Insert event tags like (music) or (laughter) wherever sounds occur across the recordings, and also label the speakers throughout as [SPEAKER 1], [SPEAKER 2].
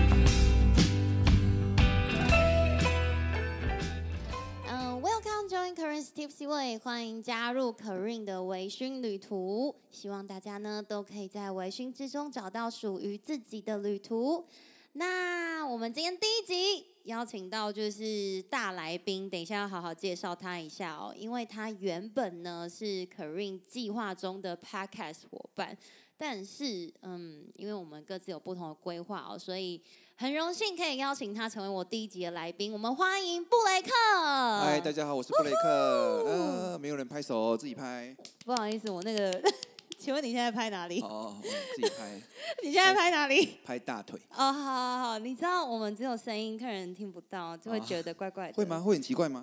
[SPEAKER 1] 嗯 Tipsy Way，欢迎加入 k a r i n 的微醺旅途。希望大家呢都可以在微醺之中找到属于自己的旅途。那我们今天第一集邀请到就是大来宾，等一下要好好介绍他一下哦，因为他原本呢是 k a r i n 计划中的 Podcast 伙伴，但是嗯，因为我们各自有不同的规划哦，所以很荣幸可以邀请他成为我第一集的来宾。我们欢迎布雷克。呃
[SPEAKER 2] 嗨，大家好，我是布雷克。呃，没有人拍手，自己拍。
[SPEAKER 1] 不好意思，我那个， (laughs) 请问你现在拍哪里？
[SPEAKER 2] 哦，哦嗯自己
[SPEAKER 1] (laughs)
[SPEAKER 2] 拍，
[SPEAKER 1] 你现在拍哪里？ (laughs)
[SPEAKER 2] 拍大腿。
[SPEAKER 1] 哦，好好好，你知道我们只有声音，客人听不到，就会
[SPEAKER 2] 哦
[SPEAKER 1] 觉得怪怪的。
[SPEAKER 2] 会吗？？会很奇
[SPEAKER 1] (laughs)
[SPEAKER 2] 怪吗？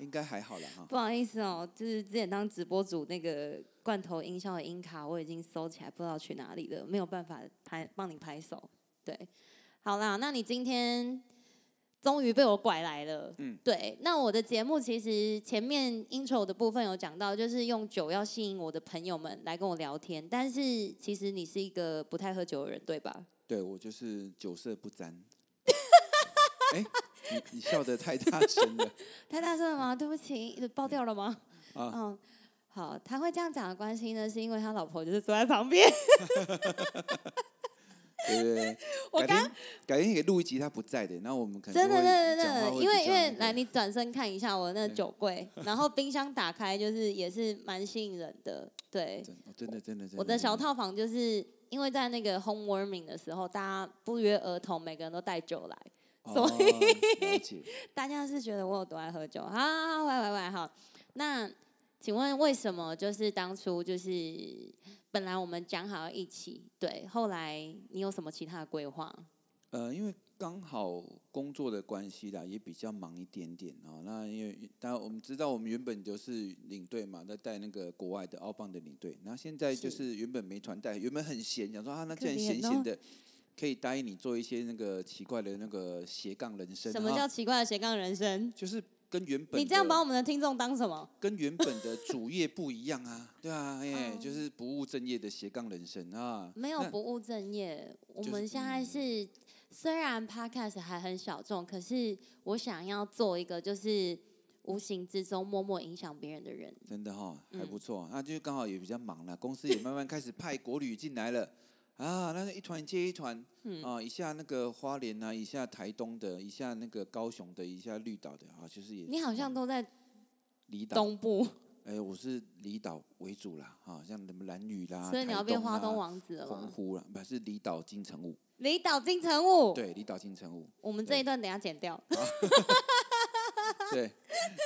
[SPEAKER 2] 应该还好啦哈。
[SPEAKER 1] 不好意思哦，就是之前当直播主那个罐头音效的音卡，我已经搜起来，不知道去哪里了，没有办法拍帮你拍手。对，好啦，那你今天终于被我拐来了。
[SPEAKER 2] 嗯，
[SPEAKER 1] 对。那我的节目其实前面 intro 的部分有讲到，就是用酒要吸引我的朋友们来跟我聊天，但是其实你是一个不太喝酒的人，对吧？
[SPEAKER 2] 对我就是酒色
[SPEAKER 1] (laughs)
[SPEAKER 2] 不沾。哎，你你笑得太大
[SPEAKER 1] (laughs)
[SPEAKER 2] 声了
[SPEAKER 1] 太大声了吗？对不起，爆掉了吗？
[SPEAKER 2] 啊！
[SPEAKER 1] 嗯，好，他会这样讲的关系呢，是因为他老婆就是坐在旁边。
[SPEAKER 2] 对对对，
[SPEAKER 1] 我
[SPEAKER 2] 改
[SPEAKER 1] 刚
[SPEAKER 2] 天改天给录一集他不在的，那我们可能
[SPEAKER 1] 真的，
[SPEAKER 2] 会
[SPEAKER 1] 真的，真
[SPEAKER 2] 讲话
[SPEAKER 1] 的，
[SPEAKER 2] 会
[SPEAKER 1] 因为
[SPEAKER 2] 比
[SPEAKER 1] 因
[SPEAKER 2] 较
[SPEAKER 1] 为
[SPEAKER 2] 那个
[SPEAKER 1] 来，你转身看一下我那
[SPEAKER 2] 对
[SPEAKER 1] 酒
[SPEAKER 2] (laughs)
[SPEAKER 1] 柜，然后冰箱打开，就是也是蛮吸引人的。对，
[SPEAKER 2] 真哦真的真的真的，
[SPEAKER 1] 我的小
[SPEAKER 2] 真
[SPEAKER 1] 套房就是因为在那个 home warming 的时候，大家不约而同，每个人都带酒来，所
[SPEAKER 2] 哦了解。
[SPEAKER 1] 大家是觉得我有多爱喝酒。好好好，喂喂喂，好。那请问为什么就是当初就是本来我们讲好要一起，对，后来你有什么其他的规划？
[SPEAKER 2] 呃，因为刚好工作的关系啦，也比较忙一点点啊、哦。那因为当然我们知道，我们原本就是领队嘛，在带那个国外的奥棒的领队。那现在就是是原本没团带，原本很闲，想说啊，那
[SPEAKER 1] 可
[SPEAKER 2] 既然
[SPEAKER 1] 怜
[SPEAKER 2] 闲
[SPEAKER 1] 哦
[SPEAKER 2] 闲的，可以答应你做一些那个奇怪的那个斜杠人生。
[SPEAKER 1] 什么
[SPEAKER 2] 哈
[SPEAKER 1] 叫奇怪的斜杠人生？
[SPEAKER 2] 就是跟原啊本
[SPEAKER 1] 你这样
[SPEAKER 2] 的
[SPEAKER 1] 把我们的听众当什么？
[SPEAKER 2] 跟原本的主业不一样啊，对啊，
[SPEAKER 1] (laughs)
[SPEAKER 2] 哎、就是不务正业的斜杠人生啊。
[SPEAKER 1] 哦没有
[SPEAKER 2] 那
[SPEAKER 1] 不务正业，我
[SPEAKER 2] 就是嗯
[SPEAKER 1] 们现在是、虽然 podcast 还很小众，可是我想要做一个就是无形之中默默影响别人的人。
[SPEAKER 2] 真的哈、还
[SPEAKER 1] 嗯
[SPEAKER 2] 不错。那就刚好也比较忙了，公司也慢慢开始派国旅进来了啊，那一团接一团，
[SPEAKER 1] 嗯
[SPEAKER 2] 啊，一下那个花莲啊，一下台东的，一下那个高雄的，一下绿岛的啊，就是也
[SPEAKER 1] 你好像都在
[SPEAKER 2] 离岛，
[SPEAKER 1] 东部， (laughs)
[SPEAKER 2] 哎、我是离岛为主啦，啊，像什么兰屿啦，
[SPEAKER 1] 所以你要
[SPEAKER 2] 啊台
[SPEAKER 1] 变
[SPEAKER 2] 东
[SPEAKER 1] 花
[SPEAKER 2] 啦
[SPEAKER 1] 东王子了
[SPEAKER 2] 澎
[SPEAKER 1] 吗？
[SPEAKER 2] 湖啦，不是离岛金城武，
[SPEAKER 1] 离岛金城武，
[SPEAKER 2] 对，离岛金城武，
[SPEAKER 1] 我们这一段等一下剪掉。 (laughs)
[SPEAKER 2] 对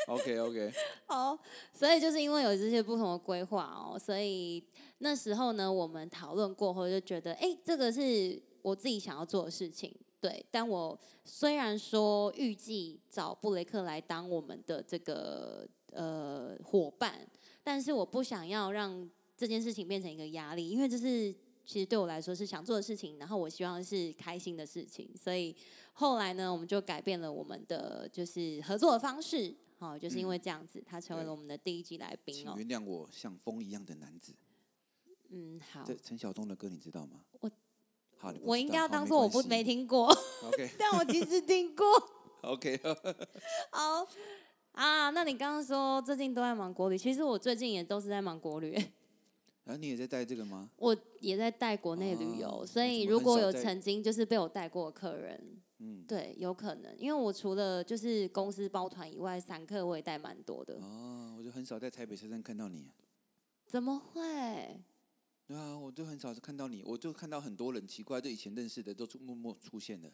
[SPEAKER 2] ，OK OK，
[SPEAKER 1] 好，所以就是因为有这些不同的规划哦，所以那时候呢，我们讨论过后就觉得，哎、这个是我自己想要做的事情。对，但我虽然说预计找布雷克来当我们的这个呃伙伴，但是我不想要让这件事情变成一个压力，因为这是其实对我来说是想做的事情，然后我希望是开心的事情，所以后来呢，我们就改变了我们的就是合作的方式，好、就是因为这样子，他成为了
[SPEAKER 2] 嗯对
[SPEAKER 1] 我们的第一季来宾
[SPEAKER 2] 请
[SPEAKER 1] 哦。
[SPEAKER 2] 原谅我像风一样的男子。
[SPEAKER 1] 嗯，好
[SPEAKER 2] 这，陈晓东的歌你知道吗？
[SPEAKER 1] 我
[SPEAKER 2] 好，你不
[SPEAKER 1] 我
[SPEAKER 2] 知
[SPEAKER 1] 应
[SPEAKER 2] 道
[SPEAKER 1] 该要
[SPEAKER 2] 好
[SPEAKER 1] 当
[SPEAKER 2] 没
[SPEAKER 1] 做我
[SPEAKER 2] 关
[SPEAKER 1] 不
[SPEAKER 2] 系
[SPEAKER 1] 没听过，
[SPEAKER 2] (laughs) OK
[SPEAKER 1] 但我其实听过。
[SPEAKER 2] OK，
[SPEAKER 1] 好 (laughs) 啊，那你刚刚说最近都在忙国旅，其实我最近也都是在忙国旅， (laughs)
[SPEAKER 2] 然后你也在带这个吗？
[SPEAKER 1] 我也在带国内旅游，
[SPEAKER 2] 哦
[SPEAKER 1] 所
[SPEAKER 2] 你
[SPEAKER 1] 以
[SPEAKER 2] 怎
[SPEAKER 1] 如
[SPEAKER 2] 么很
[SPEAKER 1] 果
[SPEAKER 2] 少
[SPEAKER 1] 有
[SPEAKER 2] 在
[SPEAKER 1] 曾经就是被我带过的客人，
[SPEAKER 2] 嗯，
[SPEAKER 1] 对，有可能，因为我除了就是公司包团以外，散客我也带蛮多的。
[SPEAKER 2] 哦，我就很少在台北车站看到你。啊
[SPEAKER 1] 怎么会？
[SPEAKER 2] 对啊，我就很少看到你，我就看到很多人，奇怪，就以前认识的都出默默出现了。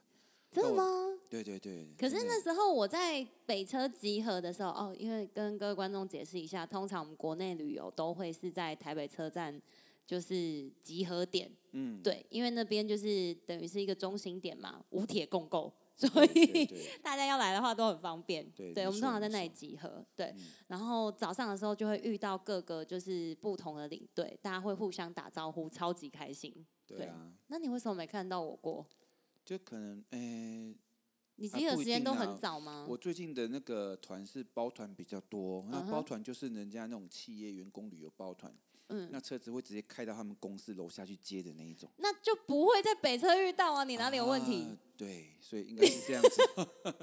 [SPEAKER 1] 真的
[SPEAKER 2] 那我嗯
[SPEAKER 1] 吗？
[SPEAKER 2] 对对对。
[SPEAKER 1] 可是
[SPEAKER 2] 真的
[SPEAKER 1] 那时候我在北车集合的时候，哦，因为跟各位观众解释一下，通常我们国内旅游都会是在台北车站，就是集合点，
[SPEAKER 2] 嗯，
[SPEAKER 1] 对，因为那边就是等于是一个中心点嘛，五铁共构，所
[SPEAKER 2] 对
[SPEAKER 1] 以
[SPEAKER 2] 对
[SPEAKER 1] (laughs)
[SPEAKER 2] 对
[SPEAKER 1] 大家要来的话都很方便。
[SPEAKER 2] 对
[SPEAKER 1] 我们
[SPEAKER 2] 没错
[SPEAKER 1] 通常在那里
[SPEAKER 2] 没错
[SPEAKER 1] 集合。对，
[SPEAKER 2] 嗯
[SPEAKER 1] 然后早上的时候就会遇到各个就是不同的领队，大家会互相打招呼，超级开心。
[SPEAKER 2] 对
[SPEAKER 1] 对
[SPEAKER 2] 啊，
[SPEAKER 1] 那你为什么没看到我过？
[SPEAKER 2] 就可能诶，
[SPEAKER 1] 你
[SPEAKER 2] 啊
[SPEAKER 1] 集合时
[SPEAKER 2] 不一
[SPEAKER 1] 间
[SPEAKER 2] 定
[SPEAKER 1] 都
[SPEAKER 2] 啊
[SPEAKER 1] 很早吗？
[SPEAKER 2] 我最近的那个团是包团比较多，那
[SPEAKER 1] 嗯
[SPEAKER 2] 包
[SPEAKER 1] 哼
[SPEAKER 2] 团就是人家那种企业员工旅游包团，
[SPEAKER 1] 嗯，
[SPEAKER 2] 那车子会直接开到他们公司楼下去接的那一种。
[SPEAKER 1] 那就不会在北车遇到啊！你哪里有问题？ (laughs)
[SPEAKER 2] 啊对，所以应该是这样子。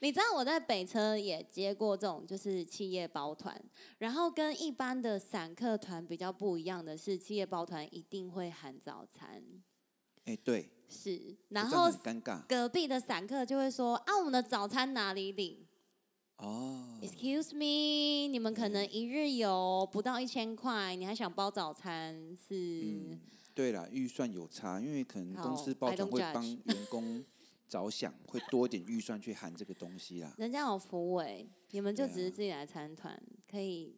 [SPEAKER 1] 你知道我在北车也接过这种就是企业包团，然后跟一般的散客团比较不一样的是，企业包团一定会含早餐，
[SPEAKER 2] 哎、对，
[SPEAKER 1] 是，
[SPEAKER 2] 这
[SPEAKER 1] 然
[SPEAKER 2] 样
[SPEAKER 1] 后
[SPEAKER 2] 很尴尬
[SPEAKER 1] 隔壁的散客就会说啊，我们的早餐哪里领？
[SPEAKER 2] 哦，
[SPEAKER 1] Excuse me，你们可能
[SPEAKER 2] 嗯
[SPEAKER 1] 一日游不到一千块，你还想包早餐是
[SPEAKER 2] 嗯？，对啦，预算有差，因为可能公司
[SPEAKER 1] 好
[SPEAKER 2] 包
[SPEAKER 1] ，I
[SPEAKER 2] 团
[SPEAKER 1] don't
[SPEAKER 2] 会
[SPEAKER 1] judge
[SPEAKER 2] 帮员工着想，会多一点预算去含这个东西啦。
[SPEAKER 1] 人家有服务欸你们就
[SPEAKER 2] 对啊
[SPEAKER 1] 只是自己来参团，可以。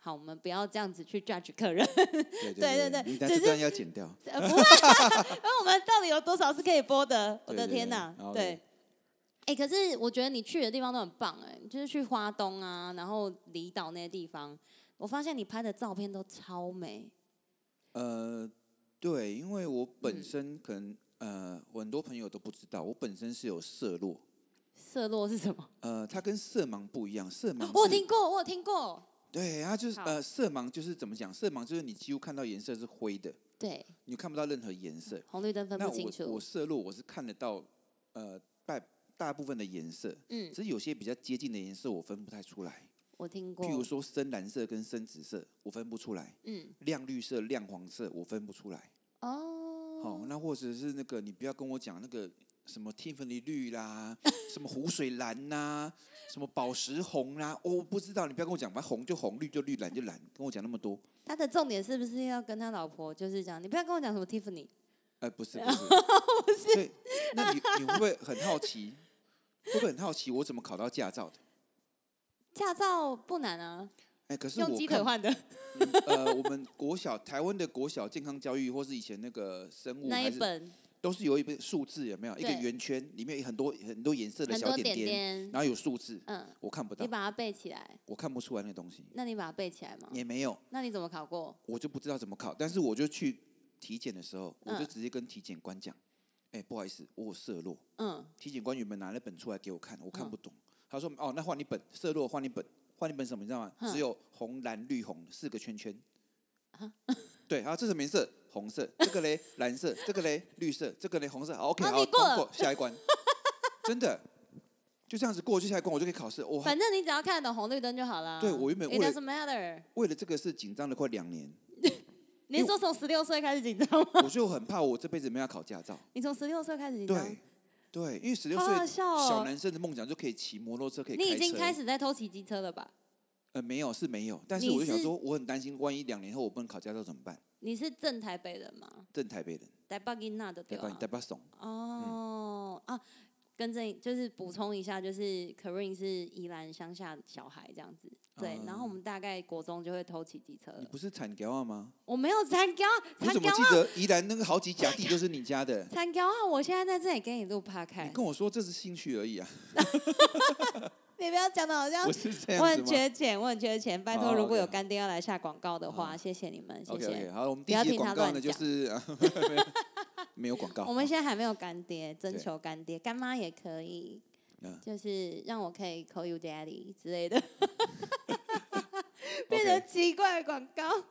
[SPEAKER 1] 好，我们不要这样子去 judge 客人，
[SPEAKER 2] 对
[SPEAKER 1] 对对
[SPEAKER 2] 对
[SPEAKER 1] 对
[SPEAKER 2] 你但
[SPEAKER 1] 只
[SPEAKER 2] 这
[SPEAKER 1] 是
[SPEAKER 2] 段要剪掉。
[SPEAKER 1] 呃 (laughs) 不会啊，那我们到底有多少是可以播的？我
[SPEAKER 2] 对
[SPEAKER 1] 的
[SPEAKER 2] 对
[SPEAKER 1] 天
[SPEAKER 2] 对
[SPEAKER 1] 哪
[SPEAKER 2] 然，后
[SPEAKER 1] 对。哎、可是我觉得你去的地方都很棒哎、就是去花东啊，然后离岛那些地方，我发现你拍的照片都超美，
[SPEAKER 2] 呃，对，因为我本
[SPEAKER 1] 嗯
[SPEAKER 2] 身可能、呃，我很多朋友都不知道，我本身是有色弱。
[SPEAKER 1] 色落是什么？
[SPEAKER 2] 呃，它跟色盲不一样，色盲
[SPEAKER 1] 哦我有
[SPEAKER 2] 是
[SPEAKER 1] 听过，我有听过，
[SPEAKER 2] 对，它就是
[SPEAKER 1] 好
[SPEAKER 2] 呃，色盲就是怎么讲？色盲就是你几乎看到颜色是灰的，
[SPEAKER 1] 对，
[SPEAKER 2] 你看不到任何颜色。
[SPEAKER 1] 红绿灯嗯分
[SPEAKER 2] 那
[SPEAKER 1] 不清
[SPEAKER 2] 我我
[SPEAKER 1] 楚。
[SPEAKER 2] 色弱，我是看得到呃大大部分的颜色，
[SPEAKER 1] 嗯
[SPEAKER 2] 只，是有些比较接近的颜色我分不太出来。
[SPEAKER 1] 我听过。
[SPEAKER 2] 譬如说深蓝色跟深紫色，我分不出来；
[SPEAKER 1] 嗯，
[SPEAKER 2] 亮绿色、亮黄色，我分不出来。
[SPEAKER 1] 哦，
[SPEAKER 2] 好、那或者是那个，你不要跟我讲那个什么 Tiffany 绿
[SPEAKER 1] (laughs)
[SPEAKER 2] 啦，什么湖水蓝呐、什么宝石红啦、哦我不知道，你不要跟我讲，反正红就红，绿就绿，蓝就蓝，跟我讲那么多。
[SPEAKER 1] 他的重点是不是要跟他老婆就是讲，你不要跟我讲什么 Tiffany，
[SPEAKER 2] 呃，不是，不
[SPEAKER 1] (laughs)
[SPEAKER 2] 是，不是。对，那你你会不会很好奇？会不会很好奇我怎么考到驾照的？
[SPEAKER 1] 驾照不难啊，
[SPEAKER 2] 哎、可是
[SPEAKER 1] 用
[SPEAKER 2] 我
[SPEAKER 1] 鸡
[SPEAKER 2] 看
[SPEAKER 1] 腿换的。
[SPEAKER 2] 嗯 (laughs) 呃，我们国小台湾的国小健康教育，或是以前那个生物
[SPEAKER 1] 那
[SPEAKER 2] 还
[SPEAKER 1] 一
[SPEAKER 2] 是
[SPEAKER 1] 本
[SPEAKER 2] 都是有一本数字，有没有？一个
[SPEAKER 1] 对
[SPEAKER 2] 圆圈里面有很多很多颜色的
[SPEAKER 1] 很
[SPEAKER 2] 小
[SPEAKER 1] 多点
[SPEAKER 2] 点，
[SPEAKER 1] 点，
[SPEAKER 2] 然后有数字，
[SPEAKER 1] 嗯，
[SPEAKER 2] 我看不到
[SPEAKER 1] 你，把它背起来，
[SPEAKER 2] 我看不出来那个东西，
[SPEAKER 1] 那你把它背起来吗？
[SPEAKER 2] 也没有，
[SPEAKER 1] 那你怎么考过？
[SPEAKER 2] 我就不知道怎么考。但是我就去体检的时候，我就
[SPEAKER 1] 嗯
[SPEAKER 2] 直接跟体检官讲，哎、不好意思，我有色弱。
[SPEAKER 1] 嗯，
[SPEAKER 2] 体检官原本拿了本出来给我看，我看
[SPEAKER 1] 嗯
[SPEAKER 2] 不懂。他说：“哦，那换一本色弱，换一本，换一本什么？你知道吗？
[SPEAKER 1] 嗯
[SPEAKER 2] 只有红、蓝、绿、红四个圈圈
[SPEAKER 1] 啊。
[SPEAKER 2] (laughs) 对，好，这什么颜色？红色。这
[SPEAKER 1] (laughs)
[SPEAKER 2] 个嘞，蓝色。这个嘞，绿色。这个嘞，红色。好，OK，
[SPEAKER 1] 啊
[SPEAKER 2] 好，
[SPEAKER 1] 你过
[SPEAKER 2] 通
[SPEAKER 1] 了
[SPEAKER 2] 过下一关。 (laughs) 真的，就这样子过去下一关，我就可以考试。我
[SPEAKER 1] 反正你只要看得懂红绿灯就好了。
[SPEAKER 2] 对我原本
[SPEAKER 1] It
[SPEAKER 2] 为了
[SPEAKER 1] doesn't matter。
[SPEAKER 2] 为了这个事紧张了快
[SPEAKER 1] (laughs)
[SPEAKER 2] 两年，
[SPEAKER 1] 你是说从十六岁开始紧张吗？ (laughs)
[SPEAKER 2] 我就很怕我这辈子没有考驾照。
[SPEAKER 1] 你从十六岁开始紧张，
[SPEAKER 2] 对，对，因为十六
[SPEAKER 1] 好
[SPEAKER 2] 岁
[SPEAKER 1] 好笑哦
[SPEAKER 2] 小男生的梦想就可以骑摩托车，可以
[SPEAKER 1] 你已
[SPEAKER 2] 开
[SPEAKER 1] 经
[SPEAKER 2] 车
[SPEAKER 1] 开始在偷骑机车了吧？
[SPEAKER 2] 呃，没有是没有，但是
[SPEAKER 1] 你
[SPEAKER 2] 我就想
[SPEAKER 1] 是
[SPEAKER 2] 说，我很担心，万一两年后我不能考驾照怎么办？
[SPEAKER 1] 你是正台北人吗？
[SPEAKER 2] 正台北人，
[SPEAKER 1] 台北囡仔的
[SPEAKER 2] 要
[SPEAKER 1] 对啊
[SPEAKER 2] 不然
[SPEAKER 1] 吧
[SPEAKER 2] 要？不要怂？
[SPEAKER 1] 哦、
[SPEAKER 2] 嗯
[SPEAKER 1] 啊，跟这就是补充一下，就是 Karin 是宜兰乡下小孩这样子，对。然后我们大概国中就会偷骑机车
[SPEAKER 2] 哦你
[SPEAKER 1] 了。
[SPEAKER 2] 不是产条啊吗？
[SPEAKER 1] 我没有参加，
[SPEAKER 2] 你
[SPEAKER 1] 呃参
[SPEAKER 2] 怎么
[SPEAKER 1] 加
[SPEAKER 2] 记得宜兰那个好几甲地都是你家的？
[SPEAKER 1] 参加啊！我现在在这里给你录 p 开，
[SPEAKER 2] 你跟我说这是兴趣而已啊，
[SPEAKER 1] 你不要讲的好像
[SPEAKER 2] 我是这
[SPEAKER 1] 啊我
[SPEAKER 2] 样
[SPEAKER 1] 很
[SPEAKER 2] 子吗
[SPEAKER 1] 缺钱，我很缺钱。拜托，
[SPEAKER 2] 哦
[SPEAKER 1] 如果有
[SPEAKER 2] ，OK
[SPEAKER 1] 干爹要来下广告的话，
[SPEAKER 2] 哦
[SPEAKER 1] 谢谢你们，谢
[SPEAKER 2] ？OK
[SPEAKER 1] 谢。
[SPEAKER 2] OK，好，我们
[SPEAKER 1] 不
[SPEAKER 2] 第一
[SPEAKER 1] 要
[SPEAKER 2] 节
[SPEAKER 1] 听
[SPEAKER 2] 广
[SPEAKER 1] 他
[SPEAKER 2] 告
[SPEAKER 1] 乱
[SPEAKER 2] 呢就是 (laughs) 啊没有广告，
[SPEAKER 1] (laughs) 我们现在还没有干爹，征
[SPEAKER 2] 对
[SPEAKER 1] 求干爹，干妈也可以，
[SPEAKER 2] 嗯
[SPEAKER 1] 就是让我可以 call you daddy 之类的，变
[SPEAKER 2] OK
[SPEAKER 1] 成奇怪的广告。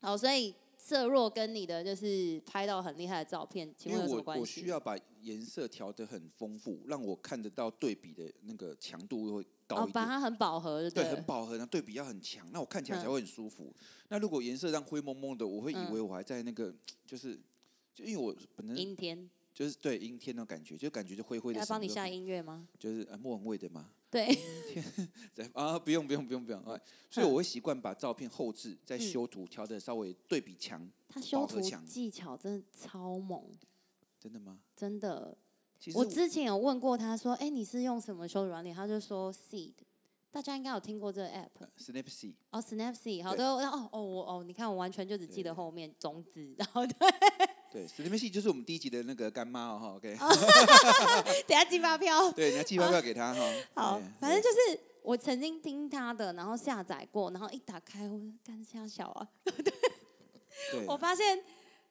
[SPEAKER 1] 好，所以色弱跟你的就是拍到很厉害的照片，请
[SPEAKER 2] 因
[SPEAKER 1] 问
[SPEAKER 2] 为
[SPEAKER 1] 有什么
[SPEAKER 2] 我
[SPEAKER 1] 关
[SPEAKER 2] 我
[SPEAKER 1] 系？
[SPEAKER 2] 需要把颜色调得很丰富，让我看得到对比的那个强度会高
[SPEAKER 1] 哦
[SPEAKER 2] 一，
[SPEAKER 1] 把
[SPEAKER 2] 点。
[SPEAKER 1] 它很饱和，
[SPEAKER 2] 对，
[SPEAKER 1] 对了
[SPEAKER 2] 很饱和，然后对比要很强，那我看起来才
[SPEAKER 1] 嗯
[SPEAKER 2] 会很舒服。那如果颜色让灰蒙蒙的，我会以
[SPEAKER 1] 嗯
[SPEAKER 2] 为我还在那个，就是就因为我本身
[SPEAKER 1] 阴天，
[SPEAKER 2] 就是对阴天的感觉，就感觉就灰灰的
[SPEAKER 1] 来
[SPEAKER 2] 什么都。
[SPEAKER 1] 帮你下音乐吗？
[SPEAKER 2] 就是呃莫文蔚的嘛，
[SPEAKER 1] 对，
[SPEAKER 2] 对 (laughs) 啊，不用不用不用不用，哎，所以我会习惯把照片后置再
[SPEAKER 1] 嗯
[SPEAKER 2] 修图调的稍微对比强，
[SPEAKER 1] 他修
[SPEAKER 2] 饱
[SPEAKER 1] 图
[SPEAKER 2] 和墙
[SPEAKER 1] 技巧真的超猛，
[SPEAKER 2] 真的吗？
[SPEAKER 1] 真的。
[SPEAKER 2] 其实
[SPEAKER 1] 我之前有问过他说，哎、你是用什么修图软体？他就说 Seed，大家应该有听过这个 app。
[SPEAKER 2] 呃 Snapseed
[SPEAKER 1] 哦，Snapseed，好
[SPEAKER 2] 对
[SPEAKER 1] 的，然后哦，我哦，你看我完全就只记
[SPEAKER 2] 对
[SPEAKER 1] 得
[SPEAKER 2] 对
[SPEAKER 1] 后面种子，然后对，
[SPEAKER 2] 对 Snapseed 就是我们第一集的那个干妈哦哈，OK，
[SPEAKER 1] 等下寄发票。
[SPEAKER 2] 对，你要寄发票给他哈。
[SPEAKER 1] 好
[SPEAKER 2] 对，
[SPEAKER 1] 反正
[SPEAKER 2] 对
[SPEAKER 1] 就是我曾经听他的，然后下载过，然后一打开，我说干虾小啊，
[SPEAKER 2] 对
[SPEAKER 1] 我发现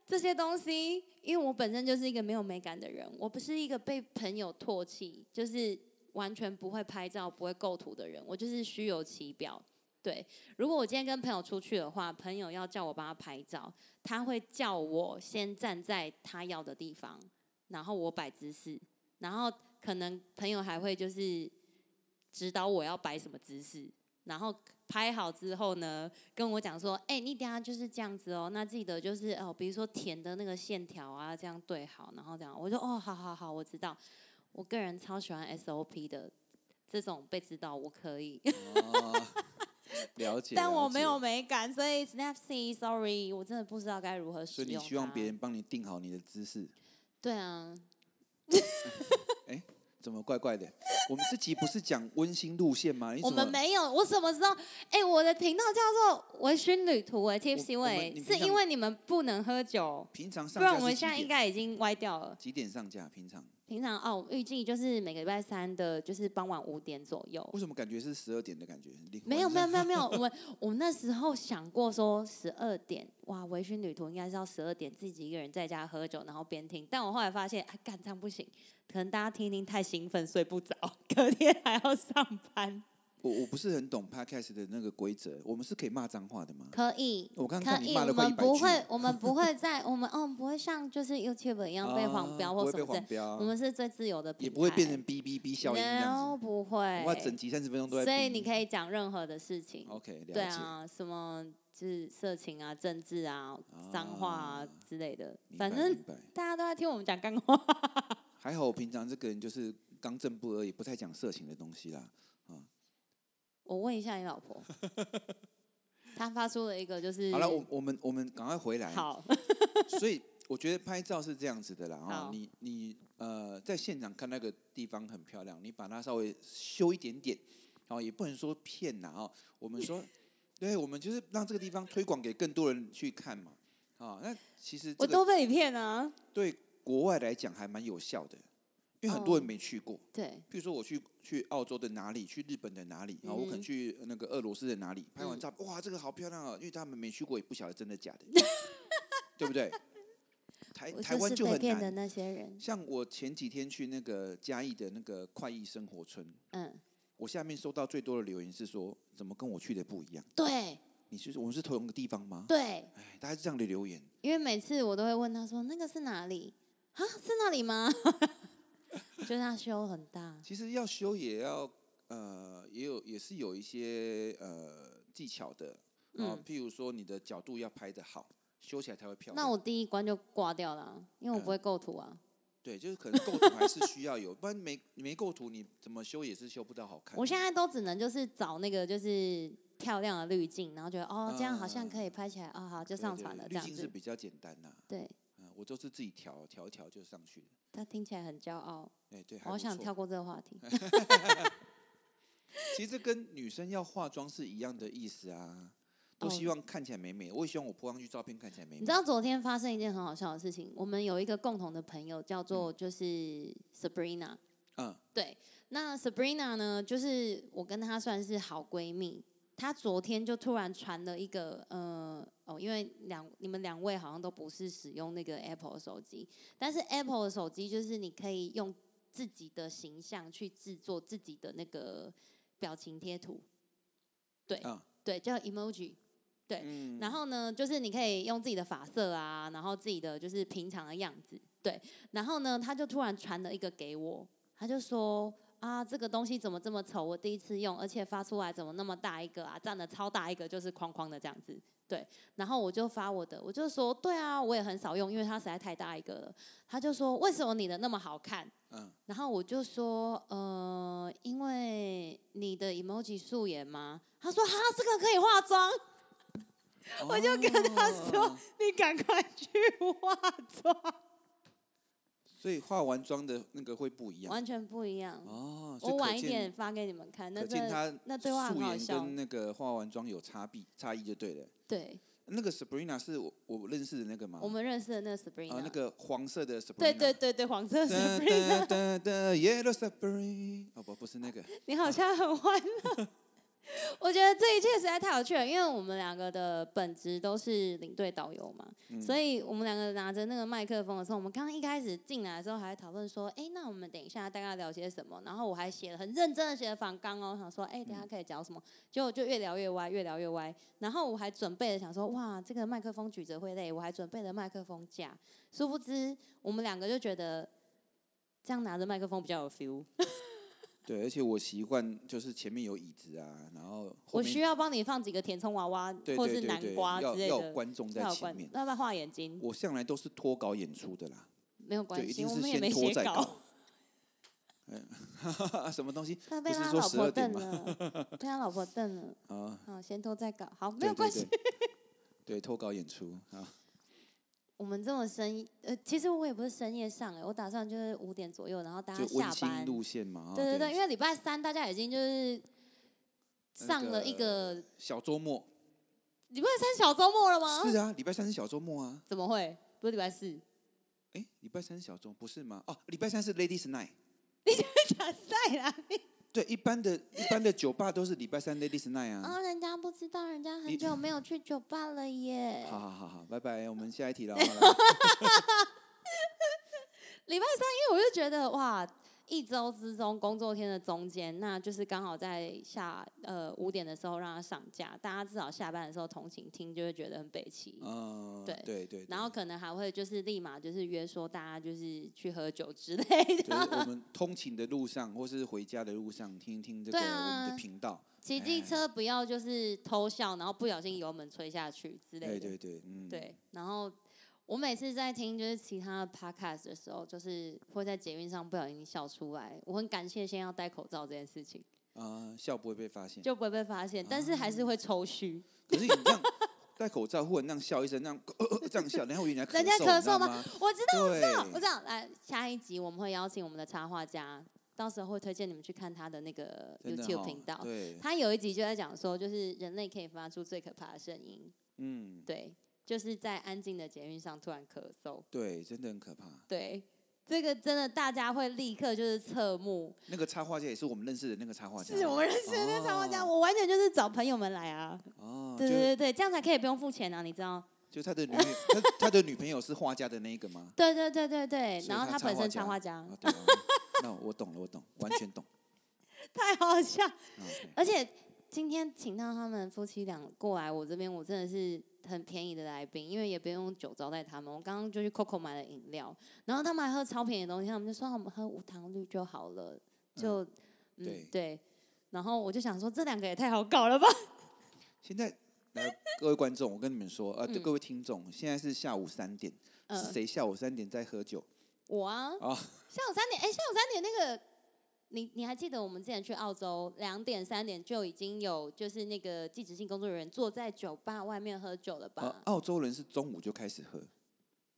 [SPEAKER 1] 这些东西，因为我本身就是一个没有美感的人，我不是一个被朋友唾弃，就是完全不会拍照、不会构图的人，我就是虚有其表。对，如果我今天跟朋友出去的话，朋友要叫我帮他拍照，他会叫我先站在他要的地方，然后我摆姿势，然后可能朋友还会就是指导我要摆什么姿势，然后拍好之后呢，跟我讲说，哎、你等一下就是这样子哦，那记得就是哦，比如说甜的那个线条啊，这样对好，然后这样，我就哦，好好好，我知道。我个人超喜欢 SOP 的这种被指导，我可以，
[SPEAKER 2] 哦了
[SPEAKER 1] (laughs)
[SPEAKER 2] 解。
[SPEAKER 1] 但我
[SPEAKER 2] 了
[SPEAKER 1] 没
[SPEAKER 2] 解
[SPEAKER 1] 有，美感，所以 Snapseed，sorry，我真的不知道该如何使
[SPEAKER 2] 所以你
[SPEAKER 1] 用。
[SPEAKER 2] 希望别？人帮你定好你的姿势，
[SPEAKER 1] 对啊，
[SPEAKER 2] 怎么怪怪的？我们这集不是讲温馨路线吗？你
[SPEAKER 1] 我
[SPEAKER 2] 怎么
[SPEAKER 1] 们没有，我怎么知道？哎、我的频道叫做“微醺旅途”哎，Tipsy
[SPEAKER 2] 我们
[SPEAKER 1] Way，
[SPEAKER 2] 你平
[SPEAKER 1] 是
[SPEAKER 2] 常
[SPEAKER 1] 因为你们不能喝酒，
[SPEAKER 2] 平常
[SPEAKER 1] 不
[SPEAKER 2] 上
[SPEAKER 1] 然
[SPEAKER 2] 架
[SPEAKER 1] 我
[SPEAKER 2] 是
[SPEAKER 1] 们
[SPEAKER 2] 几
[SPEAKER 1] 现在应
[SPEAKER 2] 点
[SPEAKER 1] 该已经歪掉了。
[SPEAKER 2] 几点上架？平常
[SPEAKER 1] 平常哦，预计就是每个礼拜三的，就是傍晚五点左右。
[SPEAKER 2] 为什么感觉是十二点的感觉？很厉害
[SPEAKER 1] 没有没有
[SPEAKER 2] 晚
[SPEAKER 1] 没有没有， (laughs) 我们我们那时候想过说十二点，哇，微醺旅途应该是要十二点自己一个人在家喝酒，然后边听。但我后来发现，哎、干这样不行，可能大家听一听太兴奋睡不着，隔天还要上班。
[SPEAKER 2] 上我我不是很懂 podcast 的那个规则，我们是可以骂脏话的吗？
[SPEAKER 1] 可以，
[SPEAKER 2] 我刚刚
[SPEAKER 1] 可
[SPEAKER 2] 看你
[SPEAKER 1] 以，
[SPEAKER 2] 骂了
[SPEAKER 1] 我
[SPEAKER 2] 快
[SPEAKER 1] 们
[SPEAKER 2] 一百
[SPEAKER 1] 不
[SPEAKER 2] 句
[SPEAKER 1] 会，我们不会在我们哦，我们不会像就是 YouTube 一样被黄标
[SPEAKER 2] 啊
[SPEAKER 1] 或
[SPEAKER 2] 不会
[SPEAKER 1] 什
[SPEAKER 2] 被
[SPEAKER 1] 么之
[SPEAKER 2] 黄
[SPEAKER 1] 类，我
[SPEAKER 2] 标，
[SPEAKER 1] 们是最自由的平台，
[SPEAKER 2] 也不会变成哔哔哔效应这样
[SPEAKER 1] no, 不会
[SPEAKER 2] 子。哇，整集三十分钟都在哔。
[SPEAKER 1] 所以你可以讲任何的事情。
[SPEAKER 2] OK 了解。
[SPEAKER 1] 对啊，什么就是色情啊、政治啊、脏话啊
[SPEAKER 2] 啊
[SPEAKER 1] 之类的，
[SPEAKER 2] 明白
[SPEAKER 1] 反正
[SPEAKER 2] 明白
[SPEAKER 1] 大家都在听我们讲干话。 (laughs)
[SPEAKER 2] 还好，我平常这个人就是刚正不阿，也不太讲色情的东西啦。
[SPEAKER 1] 我问一下你老婆，
[SPEAKER 2] (laughs)
[SPEAKER 1] 她发出了一个就是
[SPEAKER 2] 好了，我我们我们赶快回来。
[SPEAKER 1] 好
[SPEAKER 2] (laughs) 所以我觉得拍照是这样子的啦，哦
[SPEAKER 1] 好，
[SPEAKER 2] 你你呃在现场看那个地方很漂亮，你把它稍微修一点点，哦，也不能说骗啦哦，我
[SPEAKER 1] (laughs)
[SPEAKER 2] 们说，对，我们就是让这个地方推广给更多人去看嘛，啊、那其实
[SPEAKER 1] 我
[SPEAKER 2] 这个
[SPEAKER 1] 都被你骗啊！
[SPEAKER 2] 对国外来讲还蛮有效的，因为很多人
[SPEAKER 1] 哦
[SPEAKER 2] 没去过。
[SPEAKER 1] 对，
[SPEAKER 2] 譬如说我去去澳洲的哪里，去日本的哪里，然后我可能
[SPEAKER 1] 嗯
[SPEAKER 2] 去那个俄罗斯的哪里，拍完
[SPEAKER 1] 嗯
[SPEAKER 2] 照，哇，这个好漂亮哦，因为他们没去过，也不晓得真的假
[SPEAKER 1] (laughs)
[SPEAKER 2] 的，对不对？台
[SPEAKER 1] 我
[SPEAKER 2] 台湾
[SPEAKER 1] 是
[SPEAKER 2] 就
[SPEAKER 1] 被
[SPEAKER 2] 很
[SPEAKER 1] 骗的
[SPEAKER 2] 难。
[SPEAKER 1] 那些人。
[SPEAKER 2] 像我前几天去那个嘉义的那个快意生活村，
[SPEAKER 1] 嗯，
[SPEAKER 2] 我下面收到最多的留言是说，怎么跟我去的不一样？
[SPEAKER 1] 对
[SPEAKER 2] 你是我们是同一个地方吗？
[SPEAKER 1] 对，
[SPEAKER 2] 哎，大家是这样的留言，
[SPEAKER 1] 因为每次我都会问她说那个是哪里啊？是那里吗？ (laughs) 就是她修很大，
[SPEAKER 2] 其实要修也要呃，也有也是有一些呃技巧的啊、
[SPEAKER 1] 嗯
[SPEAKER 2] 譬如说你的角度要拍的好，修起来才会漂亮。
[SPEAKER 1] 那我第一关就挂掉了啊，因
[SPEAKER 2] 嗯
[SPEAKER 1] 为我不会构图啊。
[SPEAKER 2] 对，就是可能构图还是需要有，不 (laughs) 然没没构图你怎么修也是修不到好看的。
[SPEAKER 1] 我现在都只能就是找那个就是漂亮的滤镜，然后觉得哦这样好像可以拍起来，哦好就
[SPEAKER 2] 对
[SPEAKER 1] 上
[SPEAKER 2] 嗯对
[SPEAKER 1] 传了这
[SPEAKER 2] 滤
[SPEAKER 1] 样
[SPEAKER 2] 镜是
[SPEAKER 1] 子。
[SPEAKER 2] 比较简单呐、
[SPEAKER 1] 对
[SPEAKER 2] 嗯，我都是自己调调一调就上去了。
[SPEAKER 1] 他听起来很骄傲，
[SPEAKER 2] 哎，对，还
[SPEAKER 1] 我好
[SPEAKER 2] 不
[SPEAKER 1] 想
[SPEAKER 2] 错
[SPEAKER 1] 跳。过这个话
[SPEAKER 2] (laughs)
[SPEAKER 1] 题。
[SPEAKER 2] 其实这跟女生要化妆是一样的意思啊，都
[SPEAKER 1] 哦
[SPEAKER 2] 希望看起来美美。我也希望我泼上去照片看起来美美。
[SPEAKER 1] 你知道昨天发生一件很好笑的事情，我们有一个共同的朋友叫做就是 Sabrina，
[SPEAKER 2] 嗯，
[SPEAKER 1] 对，那 Sabrina 呢，就是我跟她算是好闺蜜。她昨天就突然传了一个，呃，哦，因为两你们两位好像都不是使用那个 Apple 手机，但是 Apple 的手机就是你可以用自己的形象去制作自己的那个表情贴图，对，
[SPEAKER 2] 啊
[SPEAKER 1] 对，叫 emoji。对
[SPEAKER 2] 嗯
[SPEAKER 1] 然后呢，就是你可以用自己的发色啊，然后自己的就是平常的样子，对。然后呢，他就突然传了一个给我，他就说啊，这个东西怎么这么丑？我第一次用，而且发出来怎么那么大一个啊？占的超大一个，就是框框的这样子，对。然后我就发我的，我就说对啊，我也很少用，因为它实在太大一个了。他就说为什么你的那么好看？
[SPEAKER 2] 嗯，
[SPEAKER 1] 然后我就说，呃，因为你的 emoji 素颜吗？他说，哈，这个可以化妆，我就跟他说
[SPEAKER 2] 哦
[SPEAKER 1] 你赶快去化妆，
[SPEAKER 2] 所以化完妆的那个会不一样
[SPEAKER 1] 完全不一样。
[SPEAKER 2] 哦。所以
[SPEAKER 1] 我
[SPEAKER 2] 可
[SPEAKER 1] 晚一
[SPEAKER 2] 见，
[SPEAKER 1] 点发给你们看，那
[SPEAKER 2] 可见
[SPEAKER 1] 这
[SPEAKER 2] 他
[SPEAKER 1] 那对话很
[SPEAKER 2] 素
[SPEAKER 1] 好
[SPEAKER 2] 颜
[SPEAKER 1] 笑
[SPEAKER 2] 跟那个化完妆有差别差异就对了。
[SPEAKER 1] 对
[SPEAKER 2] 那个 Sabrina 是我我认识的那个吗？
[SPEAKER 1] 我们认识的那个
[SPEAKER 2] 啊
[SPEAKER 1] Sabrina，，
[SPEAKER 2] 那个黄色的 Sabrina。
[SPEAKER 1] 对对。对对，黄色
[SPEAKER 2] 哒
[SPEAKER 1] Sabrina， (laughs)
[SPEAKER 2] 哒哒哒，Yellow Sabrina。哦不，不是
[SPEAKER 1] (laughs)
[SPEAKER 2] 那个。
[SPEAKER 1] 你好像很欢乐。
[SPEAKER 2] (laughs)
[SPEAKER 1] 我觉得这一切实在太有趣了，因为我们两个的本职都是领队导游嘛，
[SPEAKER 2] 嗯
[SPEAKER 1] 所以我们两个拿着那个麦克风的时候，我们刚刚一开始进来的时候还在讨论说，哎、那我们等一下大概聊些什么？然后我还写了很认真的写了反纲哦，想说，哎、等一下可以聊什么？结果就越聊越歪，越聊越歪。然后我还准备了想说，哇，这个麦克风举着会累，我还准备了麦克风架。殊不知我们两个就觉得这样拿着麦克风比较有 feel。
[SPEAKER 2] 对，而且我习惯就是前面有椅子啊，然后后
[SPEAKER 1] 我
[SPEAKER 2] 面
[SPEAKER 1] 需要帮你放几个填充娃娃
[SPEAKER 2] 对
[SPEAKER 1] 或
[SPEAKER 2] 对
[SPEAKER 1] 是
[SPEAKER 2] 对
[SPEAKER 1] 南
[SPEAKER 2] 对，
[SPEAKER 1] 瓜之
[SPEAKER 2] 要
[SPEAKER 1] 类
[SPEAKER 2] 要
[SPEAKER 1] 的，
[SPEAKER 2] 观众在
[SPEAKER 1] 要有
[SPEAKER 2] 前
[SPEAKER 1] 关
[SPEAKER 2] 面。
[SPEAKER 1] 要不要画眼睛？
[SPEAKER 2] 我向来都是脱稿演出的啦，
[SPEAKER 1] 没有
[SPEAKER 2] 对，
[SPEAKER 1] 关
[SPEAKER 2] 一
[SPEAKER 1] 系，
[SPEAKER 2] 定
[SPEAKER 1] 我
[SPEAKER 2] 是
[SPEAKER 1] 们也
[SPEAKER 2] 先
[SPEAKER 1] 没
[SPEAKER 2] 拖
[SPEAKER 1] 写
[SPEAKER 2] 再
[SPEAKER 1] 稿
[SPEAKER 2] 稿。。哎， (laughs) 什么东西
[SPEAKER 1] 他被
[SPEAKER 2] 不是
[SPEAKER 1] 他
[SPEAKER 2] 说
[SPEAKER 1] 老婆
[SPEAKER 2] 12点
[SPEAKER 1] 瞪了，被他老婆瞪了。
[SPEAKER 2] 啊？
[SPEAKER 1] 好，先拖再搞。好，没
[SPEAKER 2] 对
[SPEAKER 1] 有关系。。
[SPEAKER 2] 对对对，脱稿演出啊，
[SPEAKER 1] 我们这种深夜，呃，其实我也不是深夜上哎、我打算就是五点左右，然后大
[SPEAKER 2] 就
[SPEAKER 1] 家
[SPEAKER 2] 温
[SPEAKER 1] 下
[SPEAKER 2] 馨
[SPEAKER 1] 班。
[SPEAKER 2] 路线嘛。啊
[SPEAKER 1] 对对对，因为礼拜三大家已经就是
[SPEAKER 2] 那
[SPEAKER 1] 上了一
[SPEAKER 2] 个
[SPEAKER 1] 个
[SPEAKER 2] 小周末。
[SPEAKER 1] 礼拜三小周末了吗？
[SPEAKER 2] 是啊，礼拜三是小周末啊。
[SPEAKER 1] 怎么会？不是礼拜
[SPEAKER 2] (laughs)
[SPEAKER 1] 四？
[SPEAKER 2] 哎，礼拜三是小周末不是吗？哦，礼拜三是 Ladies Night。
[SPEAKER 1] 假赛
[SPEAKER 2] 啊
[SPEAKER 1] 啦！
[SPEAKER 2] 对，一般的一般的酒吧都是礼拜三 Ladies Night 啊。
[SPEAKER 1] 啊，人家不知道，人家
[SPEAKER 2] 你
[SPEAKER 1] 很久没有去酒吧了耶。
[SPEAKER 2] 好好好好，拜拜，我们下一题
[SPEAKER 1] (laughs)
[SPEAKER 2] 了。好了
[SPEAKER 1] 礼拜三，因为我就觉得哇，一周之中工作天的中间，那就是刚好在下呃五点的时候让它上架，大家至少下班的时候同情听就会觉得很北齐。
[SPEAKER 2] 嗯，
[SPEAKER 1] 对
[SPEAKER 2] 对对。
[SPEAKER 1] 然后可能还会就是立马就是约说大家就是去喝酒之类
[SPEAKER 2] 就是我
[SPEAKER 1] 的，
[SPEAKER 2] 们通勤的路上，或是回家的路上，听一听这个
[SPEAKER 1] 对
[SPEAKER 2] 我
[SPEAKER 1] 啊
[SPEAKER 2] 们的频道。
[SPEAKER 1] (laughs) 骑机车不要就是偷笑，然后不小心油门吹下去之类的。
[SPEAKER 2] 对对对，嗯，
[SPEAKER 1] 对，然后我每次在听就是其他的 podcast 的时候，就是会在捷运上不小心笑出来。我很感谢先要戴口罩这件事情，
[SPEAKER 2] 啊、笑不会被发现。
[SPEAKER 1] 就不会被发现，但
[SPEAKER 2] 哦
[SPEAKER 1] 是还是会抽虚。
[SPEAKER 2] 可是你这样戴口罩，忽然那样笑一声，那样咳咳咳这样笑，然后我以为你在
[SPEAKER 1] 人家
[SPEAKER 2] 嗽，
[SPEAKER 1] 咳
[SPEAKER 2] 你知道
[SPEAKER 1] 嗽吗
[SPEAKER 2] 吗？
[SPEAKER 1] 我知道，我知道，我
[SPEAKER 2] 对
[SPEAKER 1] 知，道。来，下一集我们会邀请我们的插画家，到时候会推荐你们去看他的那个
[SPEAKER 2] 真的
[SPEAKER 1] YouTube
[SPEAKER 2] 哦
[SPEAKER 1] 频道。
[SPEAKER 2] 对，
[SPEAKER 1] 他有一集就在讲说，就是人类可以发出最可怕的声音，
[SPEAKER 2] 嗯，
[SPEAKER 1] 对，就是在安静的捷运上突然咳嗽，
[SPEAKER 2] 对，真的很可怕。
[SPEAKER 1] 对，这个真的大家会立刻就是侧目，
[SPEAKER 2] 那个插画家也是我们认识的那个插画家，
[SPEAKER 1] 是我们认识的那插画家，
[SPEAKER 2] 哦
[SPEAKER 1] 我完全就是找朋友们来啊，
[SPEAKER 2] 哦，
[SPEAKER 1] 对对
[SPEAKER 2] 就
[SPEAKER 1] 对对，这样才可以不用付钱啊，你知道？
[SPEAKER 2] 就他的女友他他的女朋友是画家的那一个吗？
[SPEAKER 1] 对对对对对，
[SPEAKER 2] 所以
[SPEAKER 1] 然后
[SPEAKER 2] 他
[SPEAKER 1] 他
[SPEAKER 2] 插
[SPEAKER 1] 本
[SPEAKER 2] 画
[SPEAKER 1] 身
[SPEAKER 2] 家
[SPEAKER 1] 插画家
[SPEAKER 2] 啊，，对啊，那我懂了，我懂，完全懂。
[SPEAKER 1] 太好笑，
[SPEAKER 2] 啊，OK
[SPEAKER 1] 而且今天请到他们夫妻俩过来我这边，我真的是很便宜的来宾，因为也不用酒招待他们。我刚刚就去 Coco 买了饮料，然后他们还喝超便宜的东西，他们就说啊我们喝无糖绿就好了，就嗯
[SPEAKER 2] 对
[SPEAKER 1] 然后我就想说，这两个也太好搞
[SPEAKER 2] (laughs)
[SPEAKER 1] 了吧？
[SPEAKER 2] 现在来各位观众，我跟你们说，呃，对
[SPEAKER 1] 嗯
[SPEAKER 2] 各位听众，现在是下午三点，
[SPEAKER 1] 嗯、
[SPEAKER 2] 是谁下午三点在喝酒？
[SPEAKER 1] 我啊，
[SPEAKER 2] 哦
[SPEAKER 1] 下午三点，哎、下午三点那个，你你还记得我们之前去澳洲两点三点就已经有就是那个技职性工作人员坐在酒吧外面喝酒了吧？
[SPEAKER 2] 呃，澳洲人是中午就开始喝，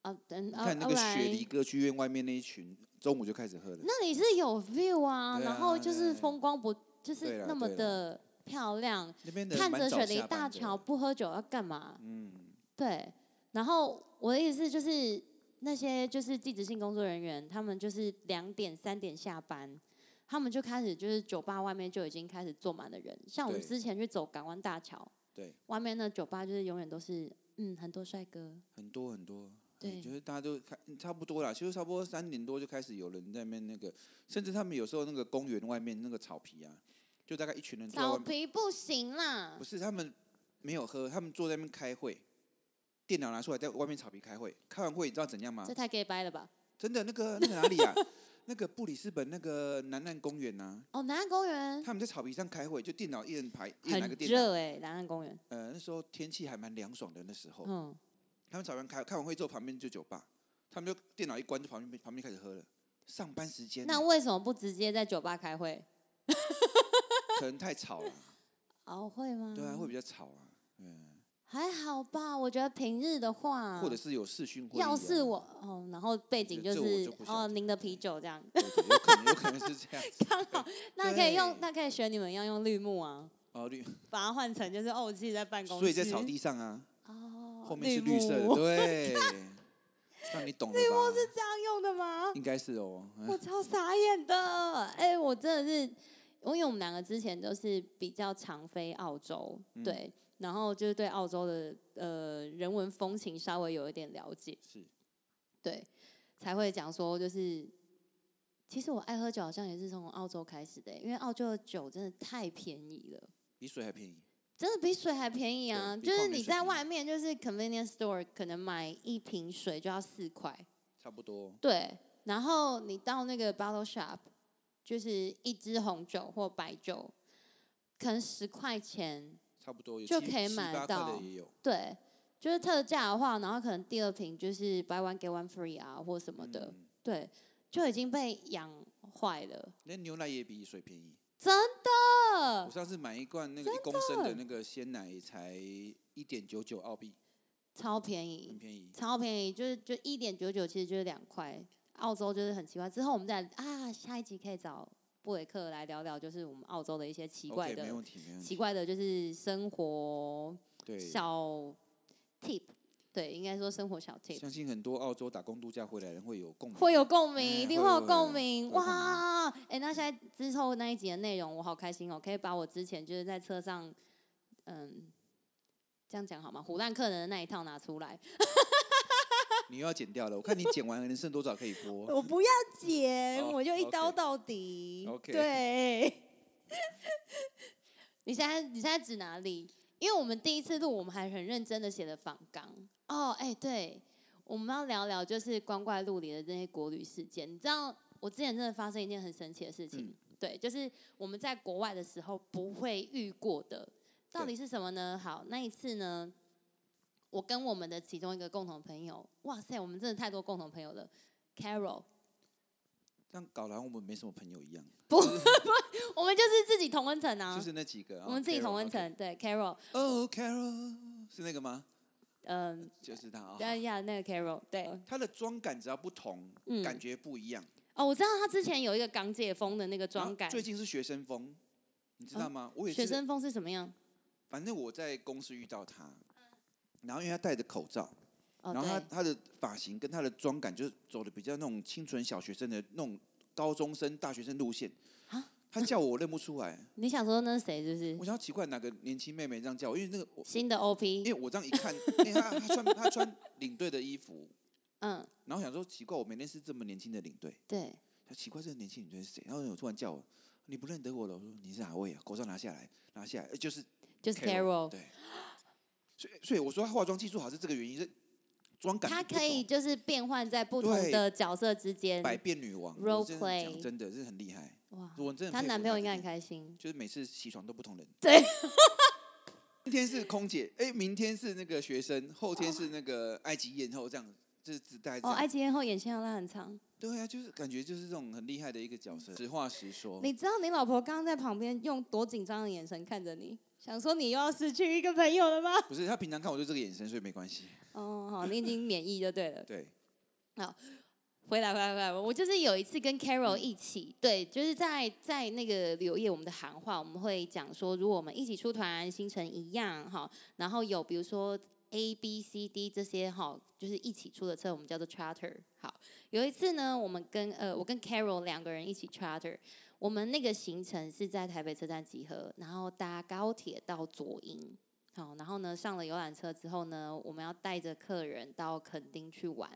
[SPEAKER 1] 啊，等
[SPEAKER 2] 你
[SPEAKER 1] 啊，
[SPEAKER 2] 哦看那个
[SPEAKER 1] 啊
[SPEAKER 2] 雪
[SPEAKER 1] 来
[SPEAKER 2] 梨歌剧院外面那一群，中午就开始喝了。
[SPEAKER 1] 那里是有 view 啊，
[SPEAKER 2] 对啊
[SPEAKER 1] 然后就
[SPEAKER 2] 对
[SPEAKER 1] 是风光不就是
[SPEAKER 2] 对啦
[SPEAKER 1] 那么
[SPEAKER 2] 对啦
[SPEAKER 1] 的漂亮，
[SPEAKER 2] 那边的人
[SPEAKER 1] 看
[SPEAKER 2] 蛮
[SPEAKER 1] 着
[SPEAKER 2] 早
[SPEAKER 1] 雪
[SPEAKER 2] 下
[SPEAKER 1] 梨
[SPEAKER 2] 班
[SPEAKER 1] 大
[SPEAKER 2] 的
[SPEAKER 1] 桥，不喝酒要干嘛？
[SPEAKER 2] 嗯，
[SPEAKER 1] 对，然后我的意思就是那些就是技职性工作人员，他们就是两点三点下班。他们就开始就是酒吧外面就已经开始坐满了人，像我们
[SPEAKER 2] 对
[SPEAKER 1] 之前去走港湾大桥，
[SPEAKER 2] 对，
[SPEAKER 1] 外面的酒吧就是永远都是嗯很多帅哥，
[SPEAKER 2] 很多很多。
[SPEAKER 1] 对
[SPEAKER 2] 就是大家都开差不多啦，其实差不多三点多就开始有人在那边那个，甚至他们有时候那个公园外面那个草皮啊，就大概一群人坐在
[SPEAKER 1] 草
[SPEAKER 2] 外面，
[SPEAKER 1] 皮不行啦
[SPEAKER 2] 不，是他们没有喝，他们坐在那边开会，电脑拿出来在外面草皮开会，开完会你知道怎样吗
[SPEAKER 1] 这？太 gay 掰了吧？
[SPEAKER 2] 真的那
[SPEAKER 1] (laughs)
[SPEAKER 2] 个那个哪里啊？那个布里斯本那个南岸公园呐、
[SPEAKER 1] 哦，南岸公园
[SPEAKER 2] 他们在草皮上开会，就电脑一人排一人拿
[SPEAKER 1] 很
[SPEAKER 2] 个电脑，
[SPEAKER 1] 热哎、南岸公园，
[SPEAKER 2] 呃，那时候天气还蛮凉爽的，那时候、
[SPEAKER 1] 嗯，
[SPEAKER 2] 他们草原开开完会之后，旁边就酒吧，他们就电脑一关，就旁边旁边开始喝了。上班时间
[SPEAKER 1] 那为什么不直接在酒吧开会？
[SPEAKER 2] 可能太吵了，
[SPEAKER 1] 哦，会吗？
[SPEAKER 2] 对啊，会比较吵啊，嗯，
[SPEAKER 1] 还好吧，我觉得平日的话，
[SPEAKER 2] 啊或者是有视讯会议啊、
[SPEAKER 1] 要是我哦，然后背景
[SPEAKER 2] 这
[SPEAKER 1] 是
[SPEAKER 2] 这我就不晓
[SPEAKER 1] 哦
[SPEAKER 2] 得
[SPEAKER 1] 您的啤酒这
[SPEAKER 2] (laughs)
[SPEAKER 1] 样， (laughs)
[SPEAKER 2] 对，对有可能有可能是这样子
[SPEAKER 1] 刚好那可以用
[SPEAKER 2] 对，
[SPEAKER 1] 那可以学你们一样用绿幕啊，
[SPEAKER 2] 哦，绿，
[SPEAKER 1] 把它换成就是哦我自己在办公室，
[SPEAKER 2] 所以在草地上啊，
[SPEAKER 1] 哦，
[SPEAKER 2] 后面是绿色的，
[SPEAKER 1] 幕
[SPEAKER 2] 对，让你懂了
[SPEAKER 1] (laughs)
[SPEAKER 2] 吧？
[SPEAKER 1] 这样用的吗？
[SPEAKER 2] 应该是
[SPEAKER 1] (laughs)
[SPEAKER 2] 哦， (laughs) 嗯
[SPEAKER 1] 我超傻眼的，哎、我真的是，因为我们两个之前都是比较常飞澳洲，
[SPEAKER 2] 嗯
[SPEAKER 1] 对，然后就是对澳洲的呃人文风情稍微有一点了解，
[SPEAKER 2] 是，
[SPEAKER 1] 对，才会讲说就是，其实我爱喝酒好像也是从澳洲开始的、因为澳洲的酒真的太便宜了。
[SPEAKER 2] 比水还便宜，
[SPEAKER 1] 真的比水还便宜啊！
[SPEAKER 2] 对比
[SPEAKER 1] 就
[SPEAKER 2] 泡
[SPEAKER 1] 是
[SPEAKER 2] 面
[SPEAKER 1] 你
[SPEAKER 2] 水便
[SPEAKER 1] 在
[SPEAKER 2] 宜
[SPEAKER 1] 外面就是 convenience store 可能买一瓶水就要四块，
[SPEAKER 2] 差不多。
[SPEAKER 1] 对，然后你到那个 bottle shop，就是一支红酒或白酒，可能十块钱，
[SPEAKER 2] 差不多有
[SPEAKER 1] 就
[SPEAKER 2] 七
[SPEAKER 1] 可以
[SPEAKER 2] 七
[SPEAKER 1] 买
[SPEAKER 2] 八块
[SPEAKER 1] 到
[SPEAKER 2] 的也有。
[SPEAKER 1] 对，就是特价的话，然后可能第二瓶就是 buy one get one free 啊，或什么的，
[SPEAKER 2] 嗯，
[SPEAKER 1] 对，就已经被养坏了。
[SPEAKER 2] 那牛奶也比水便宜。
[SPEAKER 1] 呃
[SPEAKER 2] 我上次买一罐那个一公升的那个鲜奶也才一点九九澳币，
[SPEAKER 1] 超便
[SPEAKER 2] 很
[SPEAKER 1] 宜，
[SPEAKER 2] 便宜。
[SPEAKER 1] 超便宜，就是就一点九九，其实就是两块。澳洲就是很奇怪，之后我们再啊，下一集可以找布雷克来聊聊，就是我们澳洲的一些奇怪
[SPEAKER 2] OK，没
[SPEAKER 1] 的、
[SPEAKER 2] 问题，没问
[SPEAKER 1] 奇
[SPEAKER 2] 题。
[SPEAKER 1] 怪的，就是生活
[SPEAKER 2] 对，
[SPEAKER 1] 小 tip，对，应该说生活小 tip，
[SPEAKER 2] 相信很多澳洲打工度假回来人会有共鸣。
[SPEAKER 1] 会有共
[SPEAKER 2] 哎
[SPEAKER 1] 鸣，一定
[SPEAKER 2] 会
[SPEAKER 1] 会有
[SPEAKER 2] 会
[SPEAKER 1] 共
[SPEAKER 2] 会
[SPEAKER 1] 鸣，
[SPEAKER 2] 会有共鸣
[SPEAKER 1] 哇！哎、那现在之后那一集的内容，我好开心哦，可以把我之前就是在车上，嗯，这样讲好吗？胡烂客人的那一套拿出来，
[SPEAKER 2] 你又要剪掉了，我看你剪完能剩多少可以
[SPEAKER 1] (laughs)
[SPEAKER 2] 播。
[SPEAKER 1] 我不要剪，
[SPEAKER 2] 哦
[SPEAKER 1] 我就一刀
[SPEAKER 2] OK
[SPEAKER 1] 到底。
[SPEAKER 2] OK
[SPEAKER 1] 对， (laughs) 你现在你现在指哪里？因为我们第一次录，我们还很认真的写了访纲。哦，哎、对，我们要聊聊就是光怪陆离的这些国旅事件。你知道，我之前真的发生一件很神奇的事情，
[SPEAKER 2] 嗯
[SPEAKER 1] 对，就是我们在国外的时候不会遇过的，到底是什么呢？好，那一次呢，我跟我们的其中一个共同朋友，哇塞，我们真的太多共同朋友了，Carol，
[SPEAKER 2] 这样搞得好像我们没什么朋友一样，
[SPEAKER 1] 我们就是自己同温层啊，
[SPEAKER 2] 就是那几个啊。
[SPEAKER 1] 我们自己
[SPEAKER 2] Carol，
[SPEAKER 1] 同温
[SPEAKER 2] OK。
[SPEAKER 1] 层，对，Carol，
[SPEAKER 2] 哦，Carol 是那个吗？
[SPEAKER 1] 嗯、
[SPEAKER 2] 就是他啊。
[SPEAKER 1] 对呀，那个 Carol，对，
[SPEAKER 2] 它的妆感只要不同，
[SPEAKER 1] 嗯
[SPEAKER 2] 哦感觉不一样。
[SPEAKER 1] 哦，我知道他之前有一个港姐风的那个
[SPEAKER 2] 然
[SPEAKER 1] 妆
[SPEAKER 2] 后
[SPEAKER 1] 感，
[SPEAKER 2] 啊
[SPEAKER 1] 嗯
[SPEAKER 2] 最近是学生风，你知道吗？我也
[SPEAKER 1] 学
[SPEAKER 2] 是，
[SPEAKER 1] 生风是什么样？
[SPEAKER 2] 反正我在公司遇到他，然后因为他戴着口罩，
[SPEAKER 1] 哦，
[SPEAKER 2] 然后他
[SPEAKER 1] 对，
[SPEAKER 2] 他的发型跟他的妆感就是走的比较那种清纯小学生的那种高中生、大学生路线
[SPEAKER 1] 啊。
[SPEAKER 2] 他叫我，我认不
[SPEAKER 1] (laughs)
[SPEAKER 2] 出来。
[SPEAKER 1] 你想说那是谁？是不是
[SPEAKER 2] 我想要奇怪哪个年轻妹妹这样叫我，因为那个我，
[SPEAKER 1] 新的 OP？
[SPEAKER 2] 因为我这样一看， (laughs) 因为他他穿他穿领队的衣服，
[SPEAKER 1] 嗯，
[SPEAKER 2] 然后想说奇怪，我每天是这么年轻的领队，
[SPEAKER 1] 对，
[SPEAKER 2] 他奇怪这个年轻女生是谁？然后我突然叫我，你不认得我了？我说你是哪位啊？口罩拿下来，拿下来，呃就是
[SPEAKER 1] 就是 Carol，
[SPEAKER 2] 对，所以所以我说她化妆技术好是这个原因，是妆感
[SPEAKER 1] 她
[SPEAKER 2] 不同
[SPEAKER 1] 可以就是变换在不同
[SPEAKER 2] 对
[SPEAKER 1] 的角色之间，
[SPEAKER 2] 百变女王
[SPEAKER 1] role
[SPEAKER 2] 我真的讲
[SPEAKER 1] play
[SPEAKER 2] 真的是很厉害。
[SPEAKER 1] 哇，
[SPEAKER 2] 我真的
[SPEAKER 1] 她
[SPEAKER 2] 佩服
[SPEAKER 1] 男朋友应该
[SPEAKER 2] 这
[SPEAKER 1] 很
[SPEAKER 2] 点
[SPEAKER 1] 开心，
[SPEAKER 2] 就是每次起床都不同人。
[SPEAKER 1] 对，
[SPEAKER 2] (laughs) 今天是空姐，哎，明天是那个学生，后天是那个埃及艳后，这样就是只带这
[SPEAKER 1] 哦，
[SPEAKER 2] 样。
[SPEAKER 1] 埃及艳后眼线要拉很长。
[SPEAKER 2] 对啊，就是感觉就是这种很厉害的一个角色。实话实说，
[SPEAKER 1] 你知道你老婆刚刚在旁边用多紧张的眼神看着你，想说你又要失去一个朋友了吗？
[SPEAKER 2] 不是她平常看我就这个眼神，所以没关系。
[SPEAKER 1] 哦，好，你已经免疫就对了。
[SPEAKER 2] 对，
[SPEAKER 1] 回来，回来，回来！我就是有一次跟 Carol
[SPEAKER 2] 嗯
[SPEAKER 1] 一起，对，就是在在那个旅游业我们的行话，我们会讲说，如果我们一起出团，行程一样哈，然后有比如说 A、B、C、D 这些哈，就是一起出的车，我们叫做 charter。好，有一次呢，我们跟呃我跟 Carol 两个人一起 charter，我们那个行程是在台北车站集合，然后搭高铁到左营。好，然后呢，上了游览车之后呢，我们要带着客人到垦丁去玩。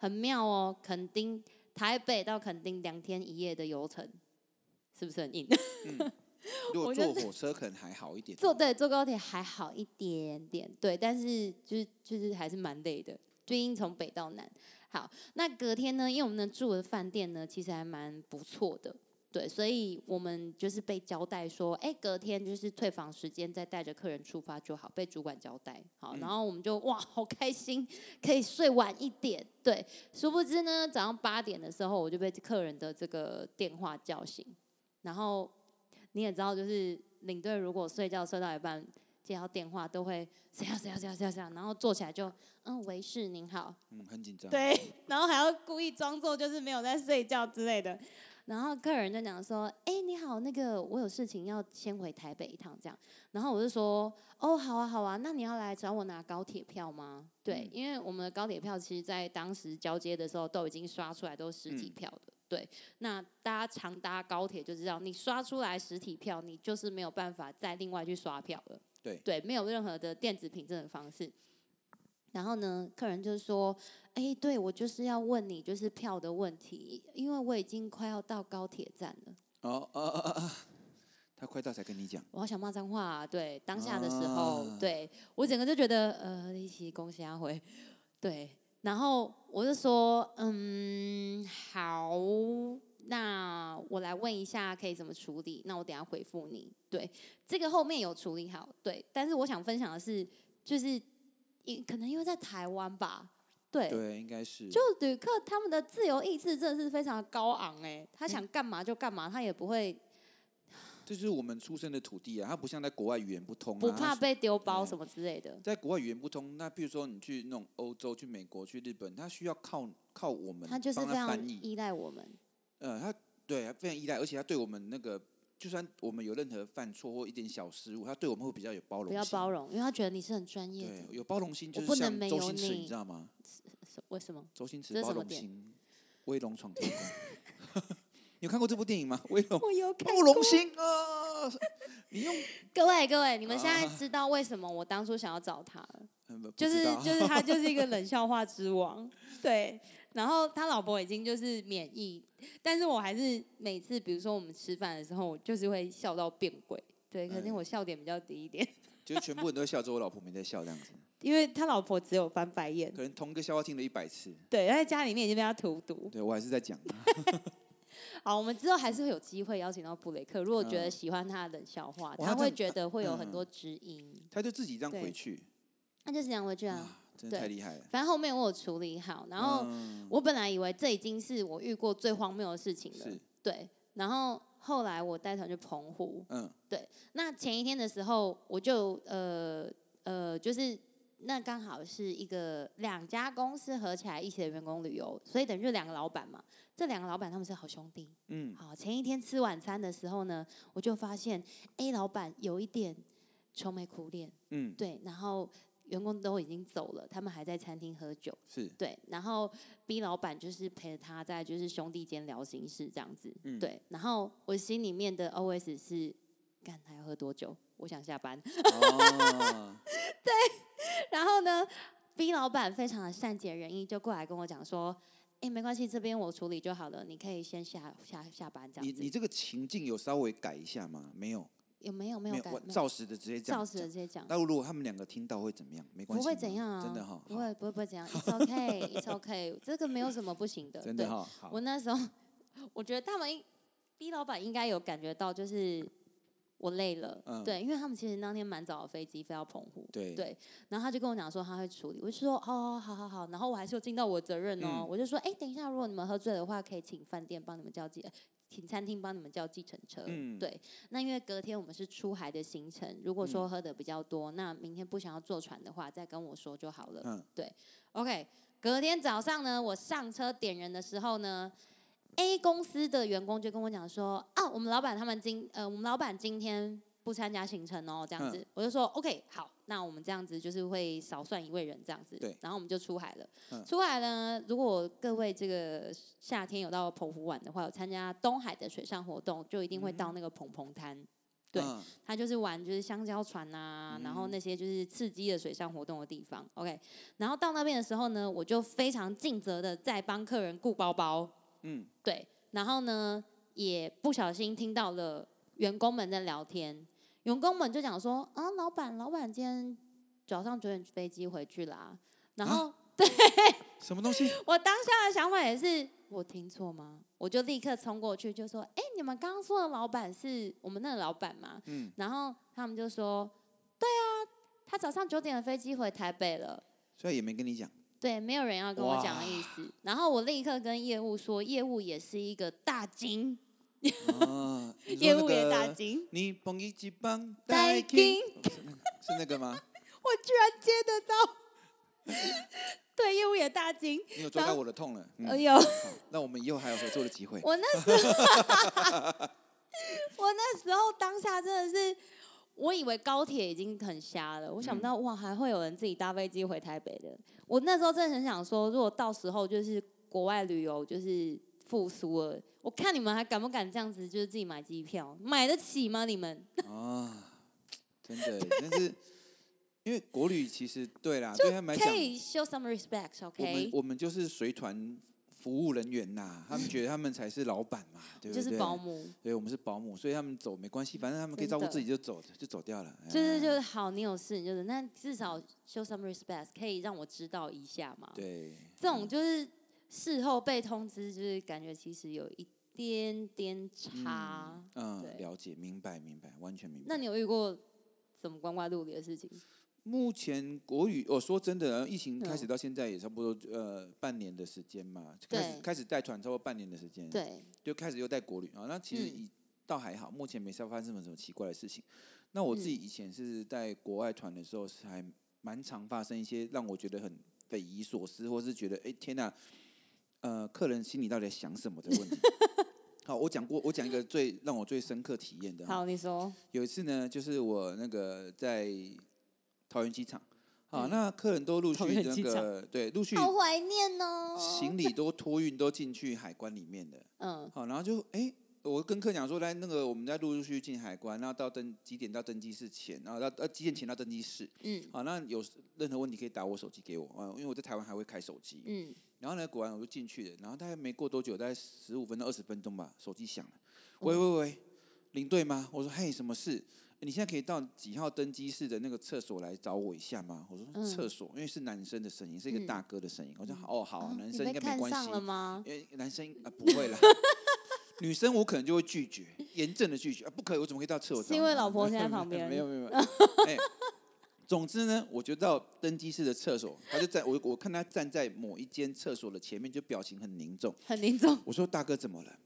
[SPEAKER 1] 很妙哦，垦丁台北到垦丁两天一夜的游程，是不是很硬？
[SPEAKER 2] 如果
[SPEAKER 1] 我觉
[SPEAKER 2] 坐
[SPEAKER 1] 得
[SPEAKER 2] 火车可能还好一点。
[SPEAKER 1] 坐对坐高铁还好一点点，对，但是就是就是还是蛮累的，最近从北到南。好，那隔天呢，因为我们呢住的饭店呢，其实还蛮不错的。对，所以我们就是被交代说，哎，隔天就是退房时间再带着客人出发就好，被主管交代。好，
[SPEAKER 2] 嗯
[SPEAKER 1] 然后我们就哇，好开心，可以睡晚一点。对，殊不知呢，早上八点的时候我就被客人的这个电话叫醒，然后你也知道，就是领队如果睡觉睡到一半接到电话，都会啊谁呀谁呀谁呀谁呀谁呀，然后坐起来就嗯，维士您好，
[SPEAKER 2] 嗯，很紧张。
[SPEAKER 1] 对，然后还要故意装作就是没有在睡觉之类的。然后客人就讲说：“哎、你好，那个我有事情要先回台北一趟，这样。”然后我就说：“哦，好啊，好啊，那你要来找我拿高铁票吗？”对，
[SPEAKER 2] 嗯
[SPEAKER 1] 因为我们的高铁票其实，在当时交接的时候都已经刷出来都是实体
[SPEAKER 2] 嗯
[SPEAKER 1] 票的。对，那大家常搭高铁就知道，你刷出来实体票，你就是没有办法再另外去刷票了。
[SPEAKER 2] 对
[SPEAKER 1] 对，没有任何的电子凭证的方式。然后呢，客人就说：“哎、对我就是要问你，就是票的问题，因为我已经快要到高铁站了，
[SPEAKER 2] 哦哦哦哦，他快到才跟你讲。
[SPEAKER 1] 我好想骂脏话、啊。”对，当下的时候，
[SPEAKER 2] 啊
[SPEAKER 1] 对我整个就觉得呃，一起恭喜阿辉，对，然后我就说，嗯，好，那我来问一下可以怎么处理。那我等一下回复你。对，这个后面有处理好。对，但是我想分享的是，就是因可能因为在台湾吧，对，
[SPEAKER 2] 对，应该是
[SPEAKER 1] 就旅客他们的自由意志真的是非常高昂哎、他想干嘛就干嘛，他也不会
[SPEAKER 2] 这就是我们出生的土地啊，它不像在国外语言不通、啊，
[SPEAKER 1] 不
[SPEAKER 2] 它
[SPEAKER 1] 怕
[SPEAKER 2] 是
[SPEAKER 1] 被丢包
[SPEAKER 2] 哎
[SPEAKER 1] 什么之类的。
[SPEAKER 2] 在国外语言不通。那比如说你去那种欧洲、去美国、去日本，它需要靠靠我们
[SPEAKER 1] 他就是
[SPEAKER 2] 帮
[SPEAKER 1] 非
[SPEAKER 2] 它
[SPEAKER 1] 常
[SPEAKER 2] 翻译，
[SPEAKER 1] 依赖我们，
[SPEAKER 2] 呃，他对他非常依赖，而且他对我们那个，就算我们有任何犯错或一点小失误，他对我们会比较有包容
[SPEAKER 1] 比
[SPEAKER 2] 心，
[SPEAKER 1] 较包容，因为他觉得你是很专业
[SPEAKER 2] 对，
[SPEAKER 1] 的。
[SPEAKER 2] 有包容心就
[SPEAKER 1] 我不
[SPEAKER 2] 是
[SPEAKER 1] 能
[SPEAKER 2] 像
[SPEAKER 1] 没
[SPEAKER 2] 周
[SPEAKER 1] 有
[SPEAKER 2] 星驰，
[SPEAKER 1] 你
[SPEAKER 2] 知道吗？哦
[SPEAKER 1] 是为什么？
[SPEAKER 2] 周星驰
[SPEAKER 1] 这是
[SPEAKER 2] 包
[SPEAKER 1] 什么
[SPEAKER 2] 容
[SPEAKER 1] 点
[SPEAKER 2] 心，威龙闯天宫， (laughs) 你有看过这部电影吗？ (laughs) 威
[SPEAKER 1] (laughs)
[SPEAKER 2] 龙
[SPEAKER 1] 我有
[SPEAKER 2] 包容心啊， (laughs) 你用
[SPEAKER 1] (laughs) 各位各位，你们现在
[SPEAKER 2] 啊
[SPEAKER 1] 知道为什么我当初想要找他了，
[SPEAKER 2] 嗯不不
[SPEAKER 1] 就
[SPEAKER 2] 知 (laughs)
[SPEAKER 1] 是
[SPEAKER 2] 道
[SPEAKER 1] 就是他就是一个冷笑话之王，对。然后他老婆已经就是免疫，但是我还是每次比如说我们吃饭的时候，我就是会笑到变鬼，对，可
[SPEAKER 2] 哎
[SPEAKER 1] 能我笑点比较低一点，
[SPEAKER 2] 就是全部人都在笑，只有我老婆没在笑这样
[SPEAKER 1] (laughs)
[SPEAKER 2] 子，
[SPEAKER 1] 因为他老婆只有翻白眼，
[SPEAKER 2] 可能同一个笑话听了一百次，
[SPEAKER 1] 对，他在家里面已经被他荼毒。
[SPEAKER 2] 对我还是在讲，
[SPEAKER 1] 好，我们之后还是会有机会邀请到布雷克，如果觉得
[SPEAKER 2] 嗯
[SPEAKER 1] 喜欢他的冷笑话，
[SPEAKER 2] 哇
[SPEAKER 1] 他
[SPEAKER 2] 他
[SPEAKER 1] 会
[SPEAKER 2] 真
[SPEAKER 1] 觉得会有很
[SPEAKER 2] 嗯
[SPEAKER 1] 多知音，
[SPEAKER 2] 他就自己这样
[SPEAKER 1] 对
[SPEAKER 2] 回去，
[SPEAKER 1] 那就是这样回去啊。
[SPEAKER 2] 啊，真的太
[SPEAKER 1] 对
[SPEAKER 2] 厉害了。
[SPEAKER 1] 反正后面我有处理好，然后
[SPEAKER 2] 嗯
[SPEAKER 1] 我本来以为这已经是我遇过最荒谬的事情了
[SPEAKER 2] 是，
[SPEAKER 1] 对。然后后来我带团去澎湖，
[SPEAKER 2] 嗯
[SPEAKER 1] 那前一天的时候，我就呃呃，就是那刚好是一个两家公司合起来一起的员工旅游，所以等于就两个老板嘛。这两个老板他们是好兄弟。
[SPEAKER 2] 嗯，
[SPEAKER 1] 好，前一天吃晚餐的时候呢，我就发现 A 老板有一点愁眉苦脸，
[SPEAKER 2] 嗯，
[SPEAKER 1] 对，然后员工都已经走了，他们还在餐厅喝酒。 (laughs)
[SPEAKER 2] 是，
[SPEAKER 1] 对，然后 B 老板就是陪他在就是兄弟间聊心事这样子，
[SPEAKER 2] 嗯
[SPEAKER 1] 对。然后我心里面的 OS 是，干还要喝多久？我想下班。 (laughs)
[SPEAKER 2] 哦，
[SPEAKER 1] 然后呢，B 老板非常的善解人意，就过来跟我讲说，哎，没关系，这边我处理就好了，你可以先下下下班这
[SPEAKER 2] 你
[SPEAKER 1] 样子
[SPEAKER 2] 你。这个情境有稍微改一下吗？没有，
[SPEAKER 1] 有没有没
[SPEAKER 2] 没
[SPEAKER 1] 有
[SPEAKER 2] 有，
[SPEAKER 1] 改
[SPEAKER 2] 我
[SPEAKER 1] 没有
[SPEAKER 2] 照实的直接讲。
[SPEAKER 1] 照实的
[SPEAKER 2] 讲
[SPEAKER 1] 直接讲。
[SPEAKER 2] 那如果他们两个听到会怎么样？没关
[SPEAKER 1] 不
[SPEAKER 2] 系吗，
[SPEAKER 1] 会怎样啊，
[SPEAKER 2] 真的哈，
[SPEAKER 1] 不
[SPEAKER 2] 好，
[SPEAKER 1] 会不会不会怎样，It's OK，It's
[SPEAKER 2] (laughs)
[SPEAKER 1] OK，这个没有什么不行的，
[SPEAKER 2] 真
[SPEAKER 1] 对
[SPEAKER 2] 的哈，好
[SPEAKER 1] 我那时候，我觉得他们应 B 老板应该有感觉到，就是我累了，
[SPEAKER 2] 嗯
[SPEAKER 1] 对，因为他们其实那天蛮早的飞机飞到澎湖，
[SPEAKER 2] 对
[SPEAKER 1] 对然后他就跟我讲说他会处理，我就说哦，好好好，然后我还是有尽到我的责任哦，
[SPEAKER 2] 嗯
[SPEAKER 1] 我就说哎，等一下，如果你们喝醉的话，可以请饭店帮你们叫计，呃请餐厅帮你们叫计程车，
[SPEAKER 2] 嗯
[SPEAKER 1] 对。那因为隔天我们是出海的行程，如果说喝的比较多，那明天不想要坐船的话，再跟我说就好了。
[SPEAKER 2] 嗯，
[SPEAKER 1] 对，OK。隔天早上呢，我上车点人的时候呢，A 公司的员工就跟我讲说啊，我们老板他们今呃，我们老板今天不参加行程哦，这样子，
[SPEAKER 2] 嗯
[SPEAKER 1] 我就说 OK，好，那我们这样子就是会少算一位人这样子，
[SPEAKER 2] 对
[SPEAKER 1] 然后我们就出海了。
[SPEAKER 2] 嗯
[SPEAKER 1] 出海呢，如果各位这个夏天有到澎湖玩的话，有参加东海的水上活动，就一定会到那个澎澎滩。对
[SPEAKER 2] 嗯
[SPEAKER 1] 他就是玩就是香蕉船啊，然后那些就是刺激的水上活动的地方。OK，然后到那边的时候呢，我就非常尽责的在帮客人顾包包，
[SPEAKER 2] 嗯，
[SPEAKER 1] 对，然后呢也不小心听到了员工们在聊天，员工们就讲说啊，老板，老板今天早上九点飞机回去啦。然后
[SPEAKER 2] 什么东西？
[SPEAKER 1] 我当下的想法也是，我听错吗？我就立刻冲过去就说，哎，你们刚刚说的老板是我们那个老板吗？
[SPEAKER 2] 嗯，
[SPEAKER 1] 然后他们就说：“对啊，他早上九点的飞机回台北了。”
[SPEAKER 2] 所以也没跟你讲，
[SPEAKER 1] 对，没有人要跟我讲的意思。然后我立刻跟业务说，业务也是一个大惊，
[SPEAKER 2] 啊，你说
[SPEAKER 1] 业
[SPEAKER 2] 那
[SPEAKER 1] 务也大
[SPEAKER 2] 个
[SPEAKER 1] 惊，
[SPEAKER 2] 你捧一级棒
[SPEAKER 1] 带金
[SPEAKER 2] 是那是那个吗？
[SPEAKER 1] 我居然接得到。
[SPEAKER 2] (laughs)
[SPEAKER 1] 对，业务也大惊。
[SPEAKER 2] 你有抓到我的痛了，
[SPEAKER 1] 哎
[SPEAKER 2] 嗯，
[SPEAKER 1] 呦，
[SPEAKER 2] 好那我们以后还有合作的机会。
[SPEAKER 1] 我那时候， (laughs) 我那时候当下真的是，我以为高铁已经很瞎了，我想不到、哇，还会有人自己搭飞机回台北的。我那时候真的很想说，如果到时候就是国外旅游就是复苏了，我看你们还敢不敢这样子，就是自己买机票，买得起吗？你们？
[SPEAKER 2] 啊，真的耶，但是因为国旅其实对啦，对他们来
[SPEAKER 1] 可
[SPEAKER 2] 讲，
[SPEAKER 1] 以 show some respect，OK？、
[SPEAKER 2] 我们我们就是随团服务人员呐，他们觉得他们才是老板嘛，对不
[SPEAKER 1] 就
[SPEAKER 2] 对？
[SPEAKER 1] 是保姆，
[SPEAKER 2] 对，我们是保姆，所以他们走没关系，反正他们可以照顾
[SPEAKER 1] 真的
[SPEAKER 2] 自己就走就走掉了。哎
[SPEAKER 1] 就是就是好，你有事你就是，那至少 show some respect，可以让我知道一下嘛。
[SPEAKER 2] 对，
[SPEAKER 1] 这种就是事后被通知，就是感觉其实有一点点差。对
[SPEAKER 2] 嗯，了解，明白，明白，完全明白。
[SPEAKER 1] 那你有遇过怎么光怪陆离的事情？
[SPEAKER 2] 目前国语，我说真的，疫情开始到现在也差不多呃半年的时间嘛，开
[SPEAKER 1] 嗯对
[SPEAKER 2] 始开始带团差不多半年的时间，，
[SPEAKER 1] 对，
[SPEAKER 2] 就开始又带国旅啊。那其实
[SPEAKER 1] 嗯
[SPEAKER 2] 以倒还好，目前没发生什么什么奇怪的事情。那
[SPEAKER 1] 嗯
[SPEAKER 2] 我自己以前是带国外团的时候，是还蛮常发生一些让我觉得很匪夷所思，或是觉得哎、天呐、呃，客人心里到底在想什么的
[SPEAKER 1] (laughs)
[SPEAKER 2] 问题。好，我讲过，我讲一个最让我最深刻体验的哈。
[SPEAKER 1] 好，你说，
[SPEAKER 2] 有一次呢，就是我那个在桃园机场，啊，
[SPEAKER 1] 嗯
[SPEAKER 2] 那客人都陆
[SPEAKER 1] 桃
[SPEAKER 2] 续
[SPEAKER 1] 园
[SPEAKER 2] 那
[SPEAKER 1] 机场
[SPEAKER 2] 个对陆续
[SPEAKER 1] 好怀念哦。
[SPEAKER 2] 行李都托运都进去海关里面的，
[SPEAKER 1] 嗯，
[SPEAKER 2] 好，然后就哎、我跟客人讲说，来那个我们在陆陆续续进海关，然后到登几点到登机室前，然后到呃几点前到登机室，
[SPEAKER 1] 嗯
[SPEAKER 2] 好，那有任何问题可以打我手机给我，啊，因为我在台湾还会开手机，
[SPEAKER 1] 嗯，
[SPEAKER 2] 然后呢，果然我就进去了，然后大概没过多久，大概十五分钟、二十分钟吧，手机响了，喂
[SPEAKER 1] 嗯
[SPEAKER 2] 喂喂，领队吗？我说嘿，什么事？你现在可以到几号登机室的那个厕所来找我一下吗？我说
[SPEAKER 1] 嗯
[SPEAKER 2] 厕所，因为是男生的声音，是一个
[SPEAKER 1] 嗯
[SPEAKER 2] 大哥的声音。我说哦好，
[SPEAKER 1] 啊
[SPEAKER 2] 男
[SPEAKER 1] 你
[SPEAKER 2] 生应
[SPEAKER 1] 被
[SPEAKER 2] 该没
[SPEAKER 1] 看
[SPEAKER 2] 关系
[SPEAKER 1] 上，了吗？
[SPEAKER 2] 因为男生 (laughs) 啊、不会啦，女生我可能就会
[SPEAKER 1] (laughs)
[SPEAKER 2] 拒绝，严正的拒绝啊，不可以，我怎么可以到厕所找
[SPEAKER 1] 是
[SPEAKER 2] 你？
[SPEAKER 1] 因为老婆现在旁
[SPEAKER 2] 没有
[SPEAKER 1] 边
[SPEAKER 2] (laughs) 没有没
[SPEAKER 1] (laughs)
[SPEAKER 2] 有，没有哎，总之呢，我就到登机室的厕所，他就在我我看他站在某一间厕所的前面，就表情很凝重。
[SPEAKER 1] 很凝重，
[SPEAKER 2] 我说大哥怎么了？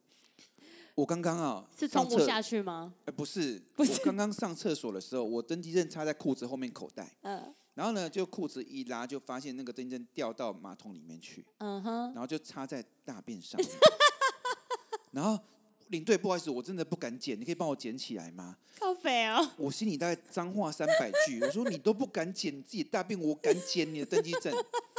[SPEAKER 2] 我刚刚啊，
[SPEAKER 1] 是
[SPEAKER 2] 上
[SPEAKER 1] 冲不
[SPEAKER 2] 厕
[SPEAKER 1] 下去吗？
[SPEAKER 2] 哎、不是，
[SPEAKER 1] 不是
[SPEAKER 2] 我刚刚上厕所的时候，我登机证插在裤子后面口袋，
[SPEAKER 1] 嗯
[SPEAKER 2] 然后呢，就裤子一拉，就发现那个登机证掉到马桶里面去。
[SPEAKER 1] 嗯哼，
[SPEAKER 2] 然后就插在大便上面。 (laughs) 然后领队，不好意思，我真的不敢捡，你可以帮我捡起来吗？
[SPEAKER 1] 靠北哦，
[SPEAKER 2] 我心里大概脏话三百句，我说你都不敢捡自己的大便，我敢捡你的登机证。 (laughs)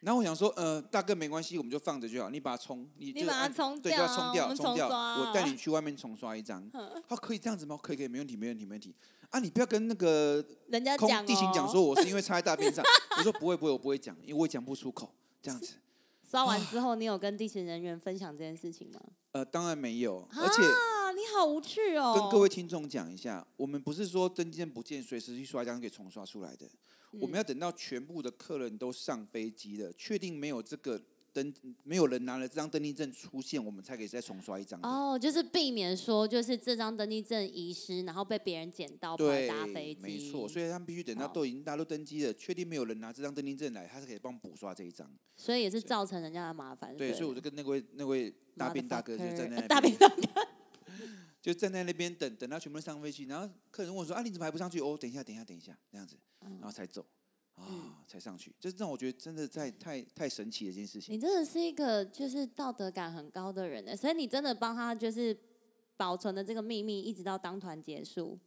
[SPEAKER 2] 然后我想说，呃，大哥没关系，我们就放着就好，你把它冲，你
[SPEAKER 1] 你
[SPEAKER 2] 就
[SPEAKER 1] 把它
[SPEAKER 2] 按
[SPEAKER 1] 冲
[SPEAKER 2] 对，就要
[SPEAKER 1] 掉啊我
[SPEAKER 2] 冲掉，
[SPEAKER 1] 们
[SPEAKER 2] 冲
[SPEAKER 1] 重
[SPEAKER 2] 掉。
[SPEAKER 1] 刷嗯啊
[SPEAKER 2] 我带你去外面重刷一张。他可以这样子吗？可以，可以，没问题，没问题，没问题。啊，你不要跟那个
[SPEAKER 1] (laughs) 人家
[SPEAKER 2] 空
[SPEAKER 1] 讲
[SPEAKER 2] 地形讲
[SPEAKER 1] 哦
[SPEAKER 2] 说我是因为插在大便上，我说不会不会，我不会讲，因为我也讲不出口，这样子。
[SPEAKER 1] 刷
[SPEAKER 2] 啊
[SPEAKER 1] 完之后，你有跟地勤人员分享这件事情吗？
[SPEAKER 2] 呃，当然没有，而且
[SPEAKER 1] 啊，你好无趣哦！
[SPEAKER 2] 跟各位听众讲一下，我们不是说证件不见，随时去刷一张就可以重刷出来的，
[SPEAKER 1] 嗯
[SPEAKER 2] 我们要等到全部的客人都上飞机了，确定没有这个登，没有人拿了这张登记证出现，我们才可以再重刷一张的。
[SPEAKER 1] 哦，就是避免说，就是这张登记证遗失，然后被别人捡到，跑来
[SPEAKER 2] 对
[SPEAKER 1] 搭飞，机。
[SPEAKER 2] 没错，所以他们必须等到
[SPEAKER 1] 好
[SPEAKER 2] 都已经大家都登机了，确定没有人拿这张登记证来，他是可以帮我们补刷这一张。
[SPEAKER 1] 所以也是造成人家的麻烦。
[SPEAKER 2] 对，所以我就跟那位那位大便大哥就站在
[SPEAKER 1] (laughs)
[SPEAKER 2] 那
[SPEAKER 1] Motherfucker
[SPEAKER 2] 边，
[SPEAKER 1] 大便大哥，
[SPEAKER 2] 就站在那边等等他全部上飞机，然后客人问我说：“啊，你怎么还不上去？”哦，等一下，等一下，等一下，这样子，
[SPEAKER 1] 嗯
[SPEAKER 2] 然后才走啊、才上去。这让我觉得真的太太太神奇的一件事情。
[SPEAKER 1] 你真的是一个就是道德感很高的人欸呢，所以你真的帮他就是保存了这个秘密，一直到当团结束，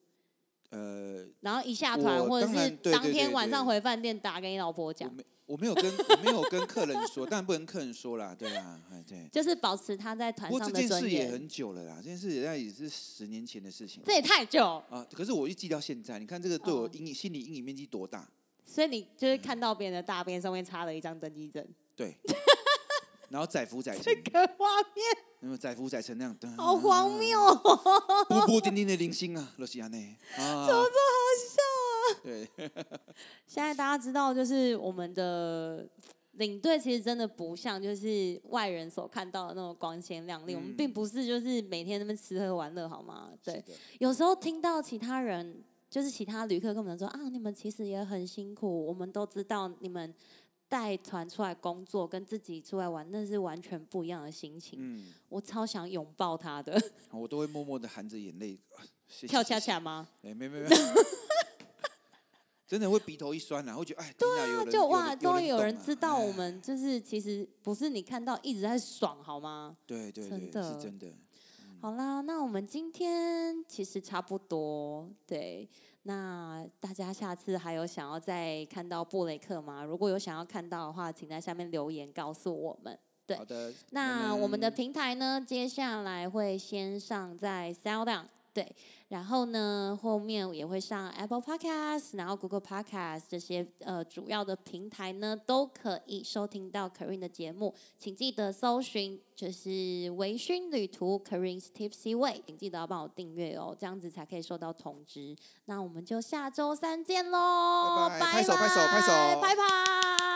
[SPEAKER 2] 呃，
[SPEAKER 1] 然后一下团
[SPEAKER 2] 我
[SPEAKER 1] 或者
[SPEAKER 2] 当然
[SPEAKER 1] 是
[SPEAKER 2] 对
[SPEAKER 1] 当
[SPEAKER 2] 对
[SPEAKER 1] 天
[SPEAKER 2] 对
[SPEAKER 1] 晚上
[SPEAKER 2] 对
[SPEAKER 1] 回饭店打给你老婆讲
[SPEAKER 2] 我，没我没有跟我没有跟客人说，当然不能客人说啦，对啊，哎对。
[SPEAKER 1] 就是保持他在团
[SPEAKER 2] 不过
[SPEAKER 1] 上的
[SPEAKER 2] 这件事
[SPEAKER 1] 尊
[SPEAKER 2] 也
[SPEAKER 1] 严。
[SPEAKER 2] 很久了啦，这件事也在也是十年前的事情
[SPEAKER 1] 这也太久，
[SPEAKER 2] 啊。可是我一记到现在，你看这个对我
[SPEAKER 1] 哦
[SPEAKER 2] 阴影、心理阴影面积多大？
[SPEAKER 1] 所以你就是看到别人的大便上面插了一张登记证，
[SPEAKER 2] (laughs)
[SPEAKER 1] (laughs)
[SPEAKER 2] 对，然后载福载
[SPEAKER 1] 这
[SPEAKER 2] 沉，
[SPEAKER 1] 个画面
[SPEAKER 2] 那么载福载沉那样，
[SPEAKER 1] 好荒谬哦。
[SPEAKER 2] 波波丁丁的零星啊，罗西亚内啊，怎么这么好笑啊？对，
[SPEAKER 1] 现在大家知道，就是我们的领队其实真的不像就是外人所看到的那种光鲜亮丽，我们
[SPEAKER 2] 嗯
[SPEAKER 1] 并不是就是每天那边吃喝玩乐，好吗？对，
[SPEAKER 2] 是的，
[SPEAKER 1] 有时候听到其他人就是其他旅客跟我们说啊，你们其实也很辛苦，我们都知道你们带团出来工作跟自己出来玩那是完全不一样的心情，
[SPEAKER 2] 嗯，
[SPEAKER 1] 我超想拥抱他的，
[SPEAKER 2] 我都会默默的含着眼泪，啊谢谢
[SPEAKER 1] 跳恰，
[SPEAKER 2] 谢谢
[SPEAKER 1] 恰吗？
[SPEAKER 2] 哎，没没没，真的会鼻头一酸啊，会觉得哎，对啊
[SPEAKER 1] 就哇，终于有
[SPEAKER 2] 有
[SPEAKER 1] 人
[SPEAKER 2] 懂啊
[SPEAKER 1] 知道我
[SPEAKER 2] 哎
[SPEAKER 1] 们就是其实不是你看到一直在爽好吗？
[SPEAKER 2] 对对
[SPEAKER 1] 真
[SPEAKER 2] 对，
[SPEAKER 1] 的
[SPEAKER 2] 是真的，
[SPEAKER 1] 好啦，那我们今天其实差不多，对。那大家下次还有想要再看到布雷克吗？如果有想要看到的话，请在下面留言告诉我们。对
[SPEAKER 2] 好的，
[SPEAKER 1] 那我们的
[SPEAKER 2] 嗯
[SPEAKER 1] 平台呢，接下来会先上在 Sound On、对，然后呢，后面也会上 Apple Podcast，然后 Google Podcast 这些呃主要的平台呢，都可以收听到 Karin 的节目。请记得搜寻就是微醺旅途 Karin's Tipsy Way，请记得要帮我订阅哦，这样子才可以收到通知。那我们就下周三见喽，
[SPEAKER 3] 拜拜拍手拍手拍手
[SPEAKER 1] 拜拜。